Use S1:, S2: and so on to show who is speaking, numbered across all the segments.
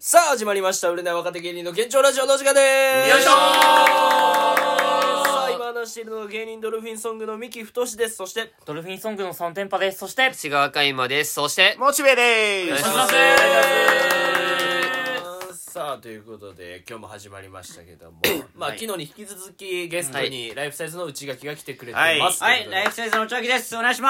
S1: さあ、始まりました。売れない若手芸人の現状ラジオのお時間でーす。
S2: よいしょー
S1: さあ、今話しているのは芸人ドルフィンソングの三木太志です。そして、
S3: ドルフィンソングの3連覇です。そして、
S2: 志川海馬です。そして、
S4: モチベでーす
S2: お願いし
S1: さあということで今日も始まりましたけ どもまあ、
S2: はい
S1: 昨日に引き続きゲストにライフサイズの内垣が来てくれてます、
S3: は
S1: と
S3: い、
S1: うことで
S3: ライフサイズの長期です。お願いしま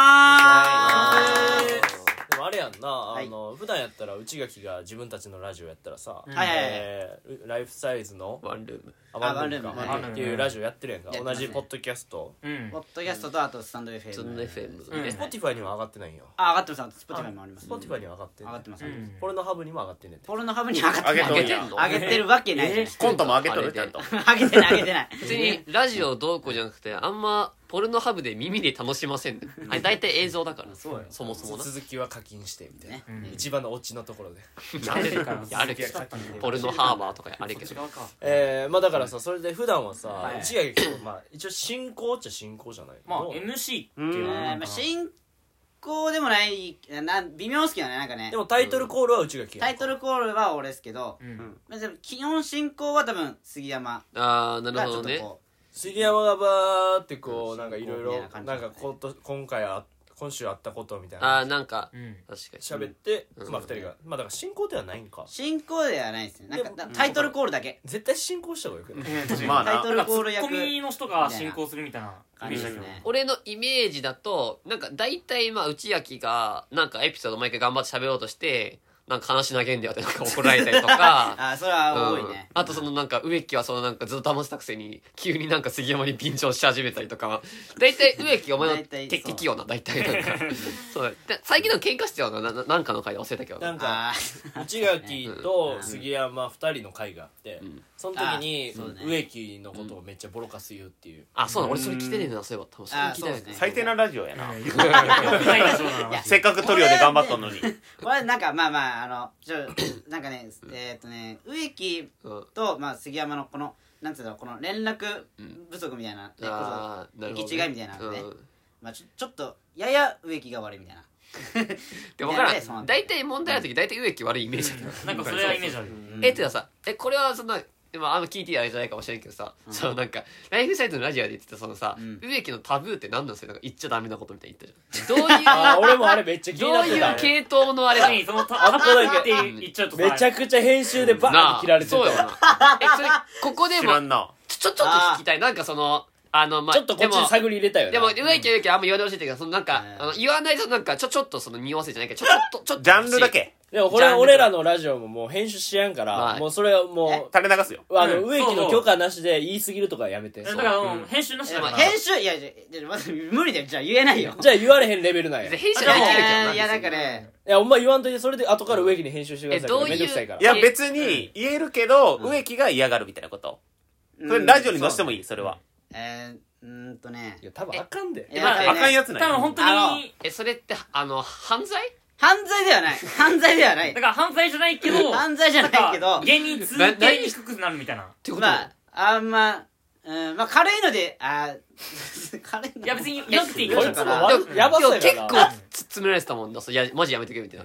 S1: でもあれやんなあの、普段やったら内垣が自分たちのラジオやったらさ、
S3: はいはいはい
S1: えーライフサイズの
S2: ワンルーム。
S1: ア
S4: ワ
S1: バ
S4: ン
S1: ン
S4: ル
S1: ル
S4: ー
S1: ー
S4: ム
S1: ムか
S4: はい
S1: っていうラジオやってるやんか
S3: やって
S1: 同
S3: ますね
S1: じポッドキャスト
S3: す。うん
S4: ポ。ッドキャストとあとスタンド FM
S2: その FM
S3: うん
S2: ね。
S1: Spotify には上がってないんよ
S4: あ上がってますスポティファイもあります
S1: Spotify には上がってんね
S4: 上がってます、
S3: うん
S1: ポルノハブにも上がってんねんて
S4: ポルノハブに上がって
S2: 上げ
S4: 上
S2: て
S4: げ
S2: んの
S4: 上げてるわけないじゃないですか
S5: コントも上げとるちゃんと
S4: 上げてない上げてない
S2: 別に、ラジオどうこうじゃなくて、あんま、ポルノハブで耳で楽しませんね。あれ、大体映像だから。そもそもな。
S1: 続きは課金してみたいな、
S4: ね
S1: 一番のオチのところで
S2: やるやるけど。ポルノハーバーとかあるけど。
S1: えー、まあだからさそれで普段はさ、
S3: い
S1: 内垣君まあ一応進行っちゃ進行じゃない
S3: まあ、
S1: どう
S3: MC って
S4: え
S3: いうのはな
S4: ー
S3: ん
S4: ま
S3: か
S4: あ、進行でもないな微妙っすけどねなんかね
S1: でもタイトルコールは内垣や
S4: タイトルコールは俺ですけど、
S3: ん
S4: まあ、でも基本進行は多分杉山
S2: あー、な
S4: が
S2: る
S4: ち
S2: ほ
S4: ょ
S2: ど
S4: っと
S2: ね。
S4: こ
S1: 杉山がバーってこうなんかいろい
S4: みた
S1: ろ
S4: いな感じ
S1: なんかこと今回あ今週あったことみたい
S2: あー、
S1: な
S2: なんか、
S3: うん。
S2: 確かに。
S1: 喋って、
S2: うん
S1: まあ二人がまあだから進行ではないんか
S4: う進行ではないですねなん
S1: で
S4: か
S1: も
S4: だタイトルコールだけ
S1: 絶対進行した方がよく ない
S5: まあ
S4: タイト
S5: な
S4: ルコール
S3: ツッ
S4: 役
S3: コミの人が進行するみたいなイ
S4: 感
S3: メー
S4: じ
S3: ジだ
S4: です
S3: けど。
S4: ね
S2: 俺のイメージだと、なんか大体まあ、内明が、なんかエピソード毎回頑張って喋ろうとして、なんか話投げんでよってなんか怒られたり とか、
S4: あそれは多
S2: う
S4: い
S2: ん
S4: ね、
S2: あとそのなんか植木はそのなんかずっと騙したくせに急になんか杉山に便乗し始めたり とか大体植木お前の
S4: 大体そう
S2: 敵敵よな大体なん かそうで最近の喧嘩してたよなななんかの回で忘れたけど
S1: なんか
S4: あ
S1: 内垣と杉山二人の会があって、その時に
S4: あそうね
S1: 植木のことをめっちゃボロカス言うっていう、
S2: あそうなの俺それ聞いてねえなそういえば多分それ
S4: あ
S2: 聞いてない
S4: そうですね
S5: 最低なラジオやな
S3: よくないなそうなのマジ
S5: せっかくトリオで頑張ったのに
S4: ーこれなんかまあまああのちょ なんかねえーっとね植木
S2: うん
S4: と、まあ、杉山のこのなんつうのこの連絡不足みたいな、ねこと
S2: あーなるほど
S4: 行き違いみたいなのね
S2: うん
S4: まあ、ちょちょっとやや植木が悪いみたいな
S2: で分から
S4: いやそうなんんだ
S2: 大体問題ある時大体植木悪いイメージだけど
S3: なんかそれはイメージある。
S2: えってかさえこれはそんなまあ、あんま聞いていいあれじゃないかもしれんけどさ、そのなんかライフサイトのラジオで言ってたそのさ、
S4: ん
S2: 植木のタブーって何なんですよなんか言っちゃダメなことみたいに言ったじゃんどういう
S1: あー俺もあれめっちゃ気
S2: ど
S1: に
S2: う
S1: なってた
S2: いう系統のあれだ
S3: 何そのタバコだけって言っちゃうとさ、
S1: めちゃくちゃ編集でバーンって切られてた
S2: なあ
S1: よ
S2: そうよな えそれここで
S5: 知
S2: も
S5: らんな
S2: ちょちょちょっと聞きたいなんかそのあのまあ
S1: ちょっとこっちに探り入れたよね
S2: でもでも植木は植木はあんま言わんでほしいんだけどそのなんか
S4: ね
S2: あの言わないとなんかちょちょっとその匂わせじゃないけどちょち ょっとちょっと
S5: ジャンルだけ
S1: でもこ
S2: ジャン
S1: れ
S2: ル
S1: 俺らのラジオももう編集しやんから、
S2: はい
S1: もうそれはも
S5: 垂れ流すよ
S1: う、あ
S3: う
S1: の
S3: ん
S1: 植木の許可なしで言い過ぎるとかやめて、
S3: だからもう編集なしだから。
S4: 編集いやいやいやまず無理だよじゃあ言えないよ
S1: じゃあ言われへんレベルなんや
S2: で
S1: い
S2: 編集 できるけど
S4: いやなんかね
S1: やお前言わんといてそれで後から植木に編集してください
S2: えどう
S1: こ
S2: いう
S1: れめんどくさいから
S5: いや別に言えるけど植木が嫌がるみたいなことそれラジオに載せても
S4: いい
S5: いいそれは
S4: えーうーんとね
S1: いや多分あかんで
S4: え
S3: まあ
S4: なん
S5: あ
S4: かね
S5: かんやつ
S3: 多
S5: な
S3: 分
S5: い
S3: 本当に、
S2: えそれってあの犯罪
S4: 犯罪ではない犯罪ではない
S3: だから犯罪じゃないけど、
S4: 犯罪じゃないけど
S3: んか芸人通
S2: なな
S3: 芸に低くなるみたいな。
S2: ってこと、
S4: まああんまうんまあ軽いのであー 軽いの
S3: いや別にいなくていい
S1: こ
S3: か
S1: い
S3: ら
S1: つ。もわ
S2: でも
S1: やばそうや
S2: でも
S1: から
S2: 結構つ詰められてたもんなそういやマジやめてくれみたいな、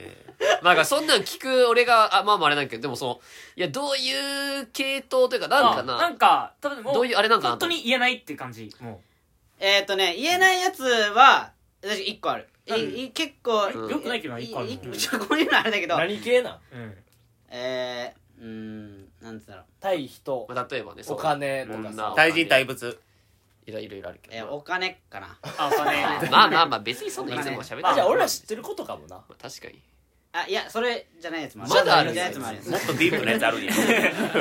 S2: なんかそんなん聞く俺があまあまああれなんだけどでもそのいやどういう系統というかなんかな
S3: あなんか、多分もう、
S2: どういうあれなんかな
S3: 本当に言えないっていう感じ。も
S4: えっとね言えないやつは私1個あるい
S3: うん
S4: い結構
S2: うん
S3: よくないけどな一個ある
S4: いいちょこういうのあれだけど
S1: 何系なん
S3: う。うん。
S4: えーうーんなんつうんだろう
S1: 対人
S2: まあ、例えばねそ
S1: お
S2: う
S1: 金とか
S2: うんな
S1: さ
S5: 対人対物
S2: いろいろいろあるけど、
S4: えーお金かな
S3: あ、お 金。
S2: まあまあまあ別にそんないつも喋って
S3: ま
S1: あ
S2: ない
S1: じゃあ俺ら知ってることかもな
S2: まあ確かに
S4: あいやそれじゃないやつもある
S2: まだある
S4: じゃないやつもあるんです
S5: もっとディープなやつあるんや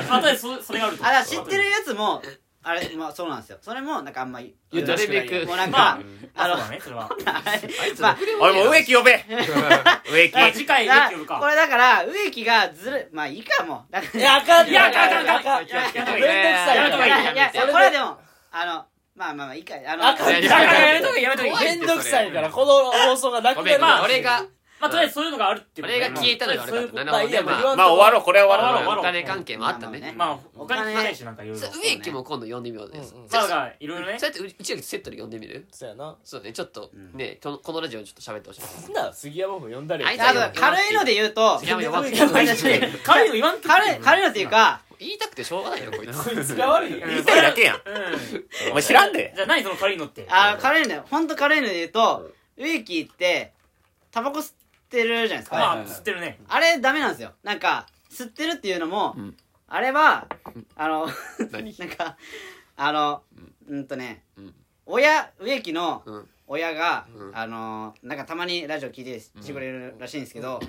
S3: またそそれがあると
S4: あだから知ってるやつもあれまあそうなんですよそれもなんかあんまり
S1: 言って
S2: な
S1: ほし
S2: る
S1: くないよ
S2: べく
S4: もうなん
S3: ま
S4: か
S3: あ
S4: あ
S3: そ
S4: の
S3: うだねそれは
S4: まあ
S5: おいもう植木呼べ植
S3: まあ
S5: 木
S3: 次回月曜
S4: だか
S3: 日
S4: らこ
S3: か
S4: れだから植木がずるまあいいかもだから
S1: いやあかん
S3: いやあかんあかんあかん
S1: いやあかん
S3: い
S1: めん
S3: や
S1: どく
S3: いや
S1: さい
S3: やめと
S1: か
S3: け
S1: ら
S4: いやいや
S3: そ
S1: れで
S4: これはでもあのまあまあまあいいかあの
S1: あかん
S2: いやい
S3: だから
S2: や
S3: やめとけやめとけ
S2: 怖い
S1: めんどくさいからこの放送がなく
S2: ご
S1: な
S2: め
S1: る
S2: ん、まあ、
S1: 俺
S2: 俺が
S3: まあとりあえずそういうのがあるっていう
S2: あ
S3: こと
S2: れ
S3: ね
S2: が消えたのが悪かったね。なる
S1: まあ
S2: ほど
S1: いい
S2: ね。
S1: や
S2: ま
S1: まあ
S2: あ、
S5: まあ終わろうこれは終わろう
S3: 終わろう
S2: お金関係もあったね。
S3: まあお金に関しなんかいろいろ
S2: そう植木も今度呼んでみようです。
S1: うんうん
S2: じゃあ
S3: さあがいろいろね
S2: そうやってうちらセットで呼んでみる
S1: そうやな
S2: そうね、ちょっとね、このこのラジオちょっと喋ってほしいです。
S1: なんだ杉山も呼んだり
S2: あいつ
S4: あ
S2: は
S4: と
S2: 呼んで
S4: 軽いので言うと
S2: 杉山呼ばなくて
S4: 軽いの
S2: いい
S4: で
S3: 軽いの言わんと
S4: 軽い軽いのっていうか
S2: 言いたくてしょうがないよ、こいつ。
S1: こいつが悪いよ
S5: 言いたいだけやん
S3: うん
S5: お前知らんで
S3: じゃあ何その軽いのって
S4: あ軽いのよ本当軽いので言うと植木ってタバコ吸ってるじゃないですか、
S3: まあ知ってるね
S4: あれダメなんですよなんか吸ってるっていうのも、
S2: うん
S4: あれはあの
S2: 何
S4: なんかあのうんとね、
S2: うん
S4: 親植木の
S2: うん
S4: 親が、
S2: うん
S4: あのなんかたまにラジオ聞いてしてくれるらしいんですけど、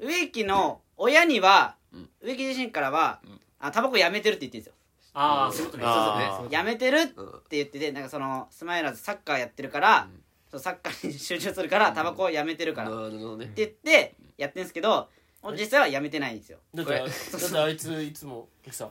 S4: 植木の親には、
S2: うん
S4: 植木自身からは、あタバコやめてるって言ってるんですよ
S3: ああそういうことね
S5: あ
S3: そ
S5: ー
S3: ういうことね
S4: やめてるって
S2: うん
S4: 言っててなんかそのスマイラーズサッカーやってるから、そうサッカーに集中するからタバコをやめてる
S2: な
S4: から、
S2: る
S4: って
S2: ほどね。
S4: 言ってやってんですけど実際はやめてないんですよ
S1: だっ
S2: こ
S1: て
S2: れ
S1: だってあいついつも「さ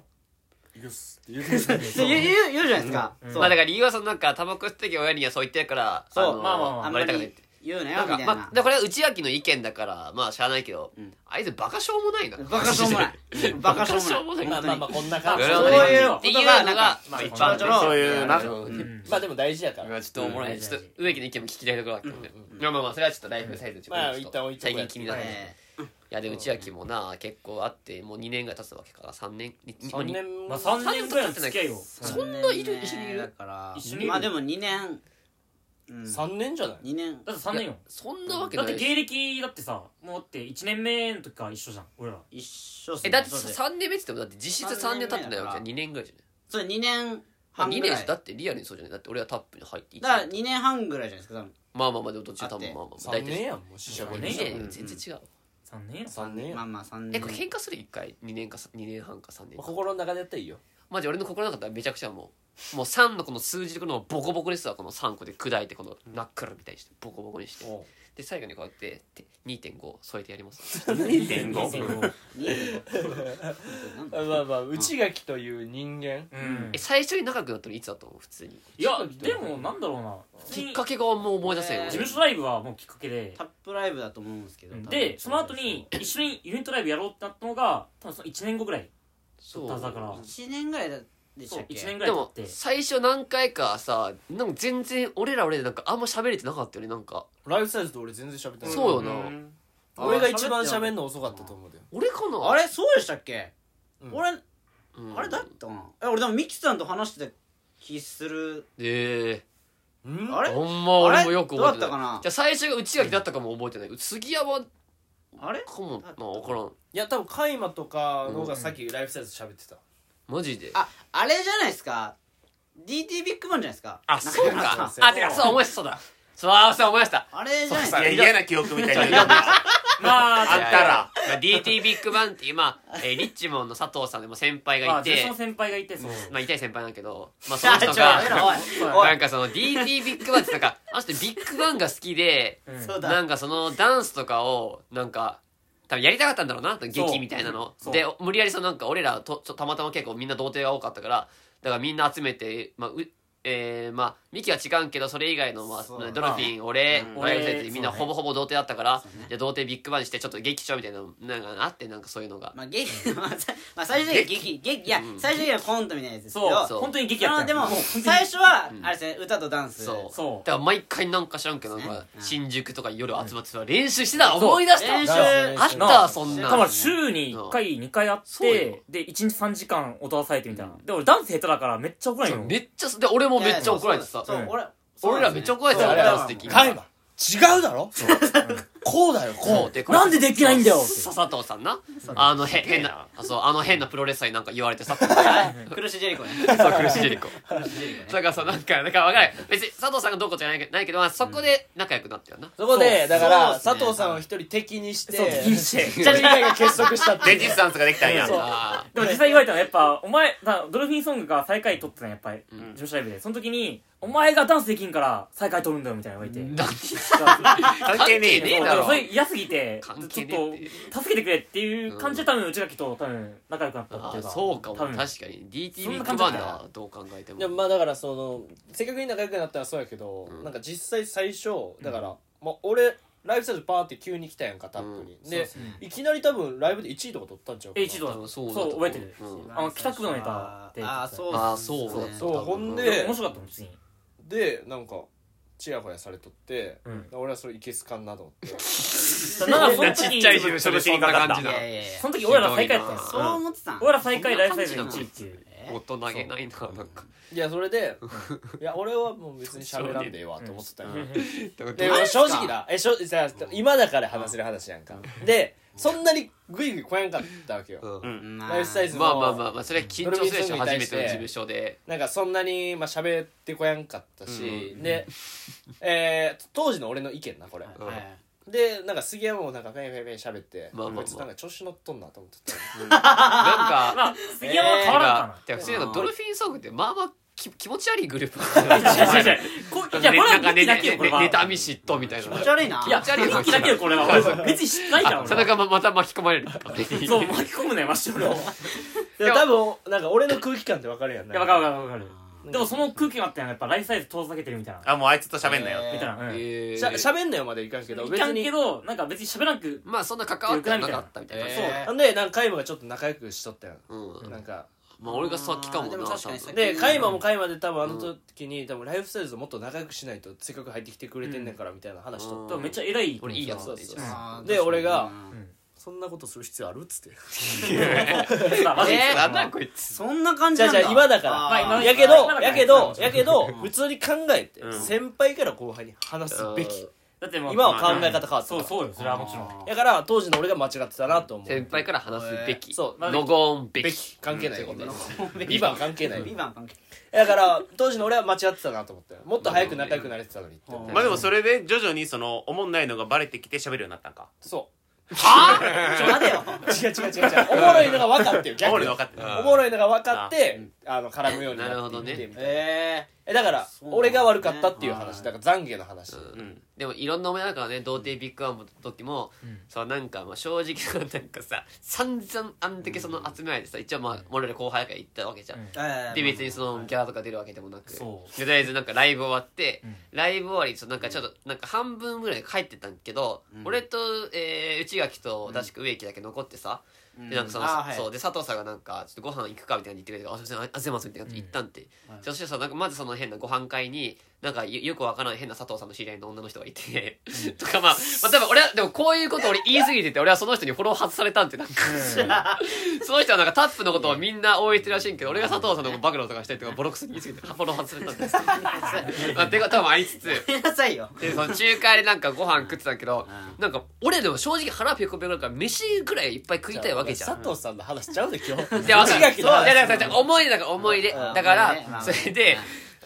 S1: んよす」って言うてるじゃん
S4: そう言う言う言うじゃないですか、
S3: うん
S4: そう
S2: まあだから理由はそのなんか、タバコ吸ってき親にはそう言ってるから、
S4: そう
S2: の
S3: まあまあま
S4: あん
S2: バ
S4: ま
S2: レたくないっ
S4: り
S2: て
S4: 言うなよ
S2: な
S4: みた
S2: んか、
S4: い
S2: ま
S4: な
S2: あ、でこれは内秋の意見だから、まあ、しゃあないけど、あいつバカしょうもないな。
S4: バカしょうもないバカしょうもない
S2: バカしょうもな
S1: まあま
S2: い
S1: あまあこんな感
S2: そ
S1: じ
S2: う
S3: ま
S1: で
S3: あ
S2: いう
S4: そう
S2: って
S4: いう
S2: いう
S4: ことが
S2: のが、
S4: なんか
S2: まあ一
S3: ま
S2: 般
S3: あ
S2: 的
S4: ちょろちょろ
S5: そういうな
S2: うん
S3: うん
S1: まあでも大事やか
S2: ま
S1: ら
S2: あちょっとおもろいね。ちょっと植木の意見も聞きたいところだけどね
S1: うん。
S2: まあまあまあ、それはちょっとライフサイズちょっと
S1: まあ一旦置いとこ
S2: 最
S1: うや
S2: 近気になる。い
S4: え
S2: や、でも内秋もな、結構あって、もう2年が経つわけか。3年、にに
S1: 3年
S3: まあ3年ぐらいの付き合いを
S4: ー
S2: そんないる一緒にいる
S4: だから
S3: 一緒にいる
S4: まあでも2年うん
S1: 3年じゃない
S4: 2年
S3: だって3年よ
S2: そんなわけ
S3: だ
S2: な
S3: っ
S2: い
S3: て
S2: でし
S3: 芸
S2: ょ。
S3: 歴だってさもうだって1年目の時から一緒じゃん俺ら
S4: 一緒っすね
S2: え、だって
S4: そうです
S2: 3年目って言っても、だって実質3年経ってないわけじゃん。2年ぐらいじゃない。
S4: それ2年
S2: まあ
S4: 半
S2: 2
S4: ぐら
S2: 年
S4: い
S2: だ
S4: だか
S2: ってリアルにそうじゃないだって俺はタップに入ってい
S4: ら2年半ぐらいじゃないですか多分
S2: まあまあまあでも途中多
S4: あって
S2: 分まあまあ
S1: 3
S2: 大
S1: 年
S2: 体
S1: やんもう四捨五
S2: 2
S3: 三
S1: 入
S3: 年
S2: 年
S4: うん
S2: 全然違う
S3: 3年よ
S1: 3年や
S4: まあ
S1: ん
S4: まあ3
S2: え
S4: 年
S2: これ喧嘩する1回2年か2年半か3年
S1: まあ
S2: か
S1: 心の中でやったらいいよ
S2: マジ俺の心の中ではめちゃくちゃもうもう3のこの数字でこのボコボコですわこの3個で砕いてこのナックルみたいにしてボコボコにして
S1: おう
S2: で最後にこうやってて2.5添えてやります
S5: 2.5
S3: 2.5
S1: あまあまあ内垣という人間
S3: うん
S2: え最初に仲良くなったのいつだと思う普通に
S3: いやでもなんだろうな普通
S2: きっ
S3: に
S2: かけがもう思い出せんよ
S4: えー
S3: 事務所ライブはもうきっかけで
S4: タップライブだと思うんですけど
S3: うん
S4: 多分
S3: でその後に一緒にユニットライブやろうってなったのが多分その1年後ぐらい
S2: そう
S3: だから
S4: 1年ぐらいでし
S3: そ
S4: た
S3: う
S4: っけ
S3: 1年ぐら
S2: で
S3: い経
S2: も
S3: って
S2: 最初何回かさなんか全然俺ら俺らなんかあんま喋れてなかったよねなんか
S1: ライフサイズと俺全然喋ってない
S2: そうよな
S1: 俺が一番喋るの遅かったと思うで
S2: 俺かな
S4: あれそうでしたっけ
S1: うん
S4: 俺
S2: うん
S4: あれだったかなえ俺でもミキさんと話してた気する
S2: ええ
S1: うん
S4: あれ
S2: ほんま俺もよく覚えて
S4: あれどうだったか
S2: な
S4: ない
S2: じゃあ最初が内垣だったかも覚えてない杉山か
S4: あれ
S2: もな分からん
S1: いや多分カイマとかの方がさっきライフサイズ喋ってた
S2: マジで
S4: ああれじゃないですか DT ビッグマンじゃないですか
S2: あそう
S4: なん
S2: か
S1: そうそう
S2: あてかそう思い出したそうだそうあそう思い出した
S4: あれじゃないです
S5: い
S4: か
S5: や嫌な記憶みたいに言うな
S3: まあ
S5: あんたら
S2: まあ DT ビッグバンっていうまあえーリッチモンの佐藤さんでも先輩
S3: ま
S2: が
S3: あ
S2: い
S3: 事務所
S2: て
S3: の先輩がいてそう
S2: まあ痛い先輩なんだけどまあそ
S4: ちょ ち
S2: の
S4: ょ
S2: 人
S4: やめろ
S2: が
S4: おいおい
S2: なんかその DT ビッグバンってなんかあの人ビッグバンが好きで
S3: うん
S4: そうだ
S2: なんかそのダンスとかをなんか多分やりたかったんだろうな劇みたいなの
S3: そう
S2: で無理やりそのなんか俺らとちょたまたま結構みんな童貞が多かったからだからみんな集めてまあうえー、まあミキは違うけどそれ以外の、まあ、
S4: そうだな
S2: ドルフィン俺
S4: うん
S2: ライブ先
S3: 俺
S2: 生みんな
S3: そうね
S2: ほぼほぼ童貞だったから、
S4: そうね
S2: じゃあ童貞ビッグバンにしてちょっと劇しようみたいなのなんかあってなんかそういうのが、
S4: まあ劇 まあさまあ最終的に劇劇いや
S2: うん
S4: 最終的にはコントみたいなやつですけ
S3: そ
S4: ど
S3: う
S2: そう
S3: 本当に
S4: い
S3: 劇やっ
S4: や
S3: た
S4: でも
S3: う本当
S4: 最初は
S2: うん
S4: あれですね歌とダンス
S2: そう
S3: そう
S2: だから毎回なんか知らんけどなん
S4: そう
S2: か
S4: ねうん
S2: 新宿とか夜集まってたら練習してた思い出した
S4: 練習
S1: だから
S2: あったわそん
S4: な
S2: な
S3: 多分週に1回2回あっ
S2: そうよ
S3: てで1日3時間音合わされてみたいなで俺ダンス下手だからめっちゃ怒られるの
S2: めっちゃで俺もめっちゃ怒られてた
S4: そう
S3: うん
S4: 俺
S2: 俺らめっちゃ怒られて
S1: そう
S2: た
S1: あれ
S2: ダ
S1: は
S2: ンスでき
S1: カイマ違うだろこうだよ
S2: こ
S1: こ
S2: うで
S3: なんでできないんだよ
S2: さ佐藤さんなあのへ変なあそうあの変なプロレスラーになんか言われて佐藤さん
S4: 苦しいジェリコね
S2: そう苦しジェリコだからさなんかだから分からない別に佐藤さんがどうこうじゃないけどないけど、まあ、そこで仲良くなったよな、
S1: そこでだか
S4: そう
S1: ら
S4: っすね
S1: 佐藤さんを一人敵にして
S3: そう敵にして
S1: じゃあみんなが結束したってい
S5: で
S1: う
S5: ディスタンスができたんや
S1: そう
S2: あー
S3: でも実際言われたのはやっぱお前だドルフィンソングが最下位取ってたのやっぱり女子ライブでその時にお前がダンスできんから最下位取るんだよみたいなの言われて
S2: だって
S5: 関係ねえ
S2: 関係ねえ
S5: よ
S2: だろ
S3: それ嫌すぎてちょ
S2: 関
S3: っと
S2: 係ねえ
S3: 助けてくれっていう感じで多分内垣と多分仲良くなったっ
S2: あ
S3: てい
S2: ー
S3: うか
S2: そうかも
S3: 多
S2: 確
S3: 分
S2: かに DT ビ
S3: そん
S2: ッ
S3: な
S2: グ
S3: 感じ
S2: バ
S3: だっ
S2: ン
S3: た
S2: だどう考えても
S1: でもまあだからそのせっかくに仲良くなったらそうやけど、
S2: うん
S1: なんか実際最初だから、まあ、俺ライブスタイルパーって急に来たやんかタップに、
S2: うん
S1: で
S2: そ
S1: いきなり多分ライブで1位とか取ったんちゃうか
S3: え
S1: な
S3: 一度だった
S2: そうだと
S3: そ
S2: 思
S3: う
S2: う
S3: 覚えてる
S2: うん
S3: あの北区のネタで
S4: ああそう
S2: ああそう
S4: そう
S2: だ
S4: ね
S1: そうほんで
S3: でも面白かったもん別に
S1: でなんかチヤホヤされとって、
S3: うん
S1: 俺はそれいけすかんなと思って
S3: なん かそ
S5: んな
S3: の
S5: ちっ
S3: 時
S5: ちゃい事務所で死にかかった
S2: そん
S4: い
S2: な感じだ
S4: やいやいや
S3: その時俺ら最下位だったんです
S4: そう思ってたん
S3: 俺ら最下位ライフサイズ1位っていう
S4: え
S2: 大人げないななんか
S1: いやそれでいや俺はもう別に喋らんでええわと思ってたんよで
S2: でも
S1: 俺正直だえしょさ今だから話せる話やんかでそんなにグイグイ来やんかったわけよ、
S2: うん
S5: うん
S4: ま
S1: ライフサイズの
S2: まあまあまあまあそれは緊張するでし
S1: ド
S2: ょ
S1: ルフィンソングに
S2: 初
S1: 対
S2: めての
S1: して
S2: 事務所で
S1: なんかそんなにまあ喋ってこやんかったし、で、えー当時の俺の意見なこれ、
S4: はいはい
S1: でなんか杉山もなんかペンペンペン喋って、
S2: まあまあまあ
S1: こいつなんか調子乗っとんなと思ってた
S2: なん
S3: ま
S2: か
S3: あ杉山は変わらんかな
S2: てか普通にドルフィンソングってまあまあき気持ち悪いグループ
S3: 違う違う違う。 こじゃあこれ
S2: な
S3: は
S2: んかね
S3: ミキだ
S2: ね
S3: けよ、これは。
S2: ね妬み嫉妬みたいな
S4: 気持ち悪いない
S3: や、
S2: 気持ち悪い
S3: ミキだけよ、これは。別に知らないから、
S2: 田
S3: 俺は。
S2: 中ままた巻き込まれるからね
S3: そう、巻き込むね、マッシュルを。い
S1: でも多分なんか俺の空気感ってわかるやんな
S3: や、わかるわかるわかる。でもその空気があったら、やっぱライフサイズ遠ざけてるみたいな。
S5: あもうあいつと喋んなよ、
S4: え
S3: みたいな。うん。
S2: えー
S1: しゃ喋んなよまでいかんけど
S3: いかんけど、なんか別に喋らんく、
S2: まあそんな関わってはなかったみたいな
S4: え
S2: そう
S1: ほんでなんかカイマがちょっと仲良くしとったやん、
S2: うん
S1: なんか
S2: まあ俺が先かも
S4: あーで
S2: な
S4: も確かに
S2: 多分
S1: でカイマもカイマで多分あの時に、多分ライフスタイルともっと仲良くしないとせっかく入ってきてくれてんねんからみたいな話とっ
S2: うん
S1: て、
S3: でもめっちゃ偉い。
S2: 俺いいやつだって
S1: そうそう
S2: じゃあ
S4: あー
S1: で
S4: 確かに
S1: 俺が
S4: うん
S1: そんなことする必要あるっつって
S3: さマジで
S4: えー
S2: なんだこいつ
S4: そんな感
S1: じ
S4: じ
S1: ゃ
S4: な
S1: あ
S4: ん
S1: じ
S4: だ
S1: ゃあ今だから
S4: あー
S3: まあ今
S1: やけど
S3: まあ
S1: やけど
S3: まあ
S1: やけど普通に考えて、
S5: うん
S1: 先輩から後輩に話すべき
S3: だってもう。
S1: 今は考え方変わったから
S3: そう、そうよ、それはもちろん。
S1: だから当時の俺が間違ってたなと思う
S2: 先輩から話すべき
S1: そう
S2: のごんべ
S1: べ
S2: き
S1: き関係ないよ、
S2: うんそういうこ
S1: ビバン関係ない
S4: ビバン関係
S1: だから当時の俺は間違ってたなと思ってもっと早く仲良くなれてたのにって
S4: うん
S5: まあでもそれで徐々にそのおもんないのがバレてきて喋るようになったんか
S1: そ
S4: ちょ待てよ
S1: う違う違う違う違うおもろいのが分かってる
S5: お
S1: 逆
S5: も
S1: に
S5: ろいの分かってる
S1: おもろいのが分かってあの絡むようになっていってみたいな
S4: え
S1: えだから
S4: そう
S1: 俺が悪かったっていう
S4: は
S1: 話
S4: い
S1: だから懺悔の話
S2: うん
S5: うん
S2: でもいろんな思いだからね童貞ビッグワンの時も、そうなんかまあ正直ななんかさ散々あんだけその集めないでさ一応まあ俺ら後輩やから行ったわけじゃん、
S3: うん
S4: ー
S2: で別にそのギャラとか出るわけでもなく
S3: そう
S2: でとりあえずなんかライブ終わって、
S3: ん
S2: ライブ終わりそうなんかちょっとなんか半分ぐらい帰ってたんけど、俺と、えー内垣と確か植木だけ残ってさ、でなんかその、
S4: あーはい
S2: そうで佐藤さんがなんかちょっとご飯行くかみたいに言ってくれてあすいませんあすいませんって言ったんって、そしてさなんかまずその変なご飯会になんかよよくわからない変な佐藤さんの知り合いの女の人がいて、 とかまあ、まあ、多分俺はでもこういうこと俺言い過ぎてて俺はその人にフォロー外されたんってなんか、その人はなんかタップのことをみんな応援してるらしいんけど、俺が佐藤さんのこと暴露とかしたりとか、ボロクソに言い過ぎて、ボロ外れた んですよ。まあ、てか、多分ありつつ、
S4: ごめんなさいよ
S2: で、その中華屋でなんかご飯食ってたけど、なんか、俺でも正直腹ペコペコだから、飯ぐらいいっぱい食いたいわけじゃん。
S1: 佐藤さんの話しちゃうで今日
S2: で、わかる。
S1: 内
S2: そう、
S1: 垣
S2: い
S1: の話
S2: や、だからだから思い出だから思い出。
S4: うん
S2: だから
S4: うんまあ、
S2: それで、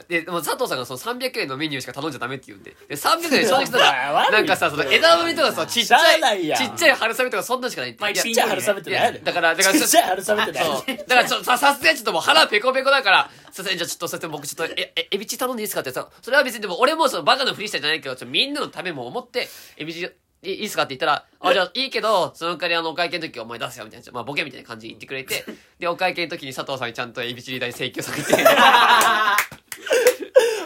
S2: で、でも佐藤さんがその300円のメニューしか頼んじゃダメって言うんで。で、300円正直
S1: お前悪
S2: だ
S1: い
S2: ら、
S1: な
S2: なんかさ、その枝豆とかさ、ちっちゃ
S1: しゃあない
S2: い、
S1: やん
S2: ちっちゃい春雨とかそんなんしかないって。
S3: まあ
S2: いや
S1: ちっちゃい春雨って何
S2: い
S1: や
S2: や
S1: ねん
S2: だから、だから、
S1: ちっちゃい春雨って何やねん
S2: そう。だからちょ、さ、さすがにちょっともう腹ペコペコだから、さすがにじゃあちょっと、さすがに僕ちょっと、え、え、エビチ頼んでいいですかってさ、それは別にでも俺もそのバカのふりしたじゃないけど、ちょっとみんなのためも思って、エビチ、いいいっすかって言ったら、あ、じゃあいいけど、その代わりあの、お会計の時お前出すよみたいな、ちょまあボケみたいな感じで言ってくれて、で、お会計の時に佐藤さんにちゃんとエビチリ代請求され て、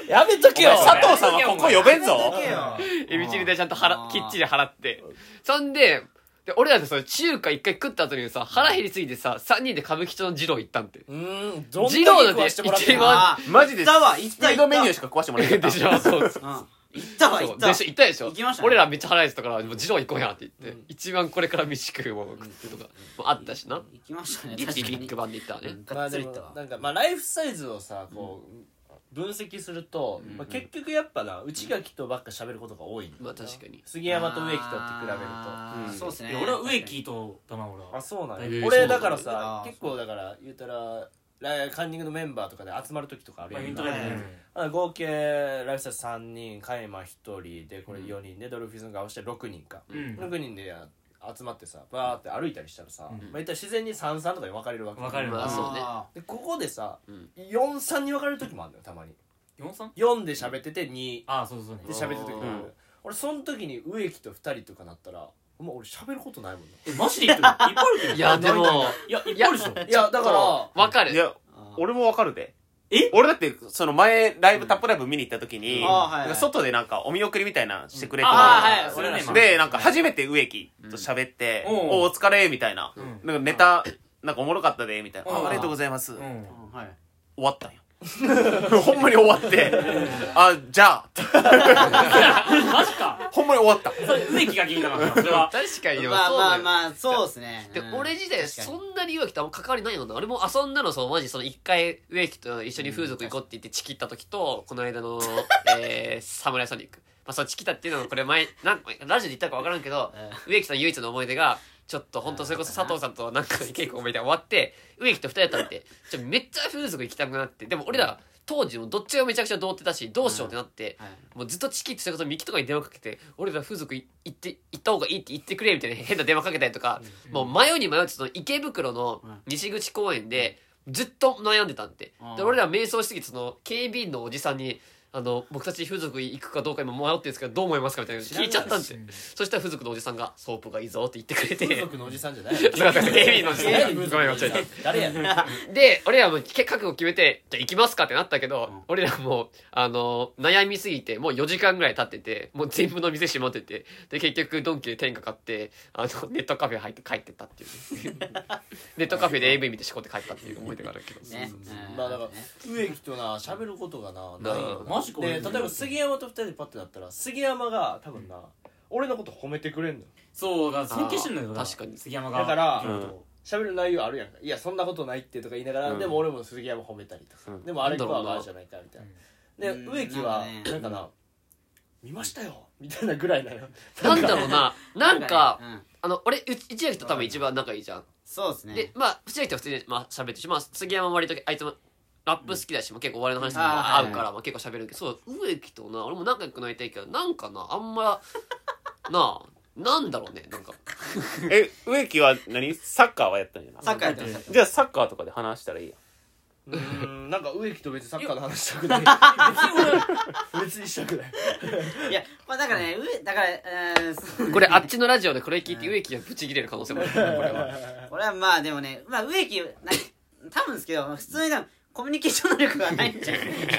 S1: やめとけよ
S5: 佐藤さんはここ呼べんぞ
S4: だけよ
S2: エビチリ代ちゃんと払、きっちり払って。そんで、で、俺らでその中華一回食った後にさ、腹減りすぎてさ、3人で歌舞伎町の二郎行ったんて。
S1: うーんどんだけ
S2: 二郎だ
S1: 食
S2: って
S1: わしてもらって
S2: 一番、
S4: あー
S5: マジで
S4: 行ったわ行っ
S5: サ
S4: た
S5: イ
S4: 行
S5: ド
S4: っ
S5: メニュー
S4: た
S5: しか壊してもらえな か
S2: で
S5: っ
S2: したょ、そう。
S4: うん行ったわ
S2: そ
S4: 行
S2: う
S4: っ
S2: で
S4: た
S2: しょ行ったでしょ
S4: 行きましたね
S2: 俺らめっちゃ腹減ってたからもう二郎行こうやって言って、一番これから飯食うもの食ってとかもあったしな
S4: 行きましたね
S2: 一
S4: 確
S2: 時
S4: か
S2: ビッ
S4: に
S2: グバンで行ったわね
S1: ま
S4: が
S1: あ
S4: っつ
S1: で
S4: り
S1: も
S4: 行ったわ
S1: なんかまあライフサイズをさこう分析すると、まあ、結局やっぱな内垣とばっか喋ることが多いんだよな
S2: まあ確かに
S1: 杉山と植木とって比べるとあ
S4: あーそうです
S3: い
S4: ね
S3: や俺は植木とだな、俺は。
S1: そうなんや、
S2: えー
S1: 俺だから
S4: そうなん
S1: さ
S4: や
S1: 結構だから言うたらライカンニングのメンバーとかで集まる時とかある
S3: ま
S1: や
S3: あ、イ
S1: ん
S3: ン
S1: か
S3: トライブで
S4: う
S1: あ合計ライフサイズ3人カイマ1人でこれ4人で、ドルフィズンが合わせて6人か、
S3: うん
S1: 6人でや集まってさバーって歩いたりしたらさ、まあ、言ったら自然に33とかに分かれるわけ
S3: 分かれる
S2: まあそうね
S4: あ
S1: でここでさ、
S2: ん
S1: 43に分かれる時もあるのよたまに
S3: 4?3?
S1: 4で喋ってて2
S3: ああ、そうそう
S1: で
S3: ね。
S1: 喋ってる時もある、
S5: うん
S1: 俺その時に植木と2人とかなったらもう俺喋ることないもんな
S3: え、マジで言ってるいっぱいあるけど。
S2: いやでも
S3: いや、いっぱいあるでしょ。
S1: いやだから
S2: わかる
S5: いや俺もわかるで
S3: え
S5: 俺だって、その前、ライブ、タップライブ見に行った時に、
S4: あーはいはい
S5: なんか外でなんかお見送りみたいなのしてくれ
S4: あ
S5: て、
S4: ーはい
S3: 俺ら
S1: そ
S3: 今
S1: う
S5: で、なんか初めて植木と喋って、
S3: うん
S5: おお疲れ、みたいな。
S3: ん
S5: なんかネタ、なんかおもろかったで、みたいな。
S3: うん
S5: あありがとうございます。終
S3: うん
S4: はい
S5: わったんよ。ほんまに終わ って、あ、じゃあ、
S3: マジか
S5: ほんまに終わった。
S3: それ植木が聞いたからそれ は
S2: 確かにでも
S4: まあ
S2: そうだ
S4: まあ
S2: よ
S4: まあそうですね
S2: で、俺自体
S4: 確かに
S2: そんなに植木とあんま関わりないのな俺も遊んだのそうマジその一回植木と一緒に風俗行こうって言ってチキった時とこの 間の、えー、サムライソニック、まあ、そのチキったっていうのはこれ前なんラジオで言ったか分からんけど植木さん唯一の思い出がちょっと本当それこそ佐藤さんとなんか稽古みたいな終わって植木と二人だったんでちょめっちゃ風俗行きたくなってでも俺ら当時もどっちがめちゃくちゃ童貞だしどうしようってなって、
S4: はい
S2: もうずっとチキってそれこそミキとかに電話かけて俺ら風俗い行って行った方がいいって言ってくれみたいな変な電話かけたりとか、もう迷うに迷ってその池袋の
S4: うん
S2: 西口公園でずっと悩んでたんで,、
S4: うん
S2: で俺ら迷走しすぎてその警備員のおじさんにあの僕たち風俗行くかどうか今迷ってるんですけどどう思いますかみたいなの聞いちゃったんですよそしたら風俗のおじさんが「ソープがいいぞ」って言ってくれて
S1: 風俗のおじさんじゃない
S2: すいません警備員のおじさんがごめんごめんちょい
S1: 誰やねん
S2: で俺らもけ覚悟決めてじゃあ行きますかってなったけど、俺らもうあの悩みすぎてもう4時間ぐらい経っててもう全部の店閉まっててで結局ドンキで天下買ってあのネットカフェ入って帰ってったっていう ねネットカフェで AV 見て仕込んで帰ったっていう思い出があるけど、
S4: ねうん
S1: まあだから植木とな喋ることがなないよな
S3: マジか
S1: で例えば杉山と二人でパッてなったら杉山が多分な俺のこと褒めてくれんのよ
S3: そうだ尊敬してんだけどな
S2: あー確かに
S3: 杉山が
S1: だから
S5: うん
S1: 喋る内容あるやんかいやそんなことないってとか言いながら、
S5: うん
S1: でも俺も杉山褒めたりとか、
S5: うん
S1: でもあれと
S2: な
S1: は
S2: んだろうな
S1: ああじゃないかみたいな、
S4: うん
S1: で植木は
S4: なんかね
S1: なんかな見ましたよみたいなぐらいなのよ
S2: なんだろうななんか、
S4: ねうん
S2: あの俺う内垣と多分一番仲いいじゃん、
S4: そうですね
S2: でまあ内垣と普通にまあ喋ってるし、まあ、杉山も割とあいつもラップ好きだし、もう結構お笑いの話とかも合うから、まあ、結構喋るけどそう植木とな俺も仲良くなりたいけどなんかなあんまなあなんだろうねなんか
S5: え、植木は何サッカーはやったんやな。
S4: サッカーやってました
S5: じゃあサッカーとかで話したらいいやん。
S1: うーんなんか植木と別にサッカーの話したくない別にしたくない
S4: いやまあだからね上だからえー
S2: これあっちのラジオでこれ聞いて植木がブチ切れる可能性もあるこれは
S4: これはまあでもねまあ植木な多分ですけど普通に多分コミュニケーション能力がないんじゃ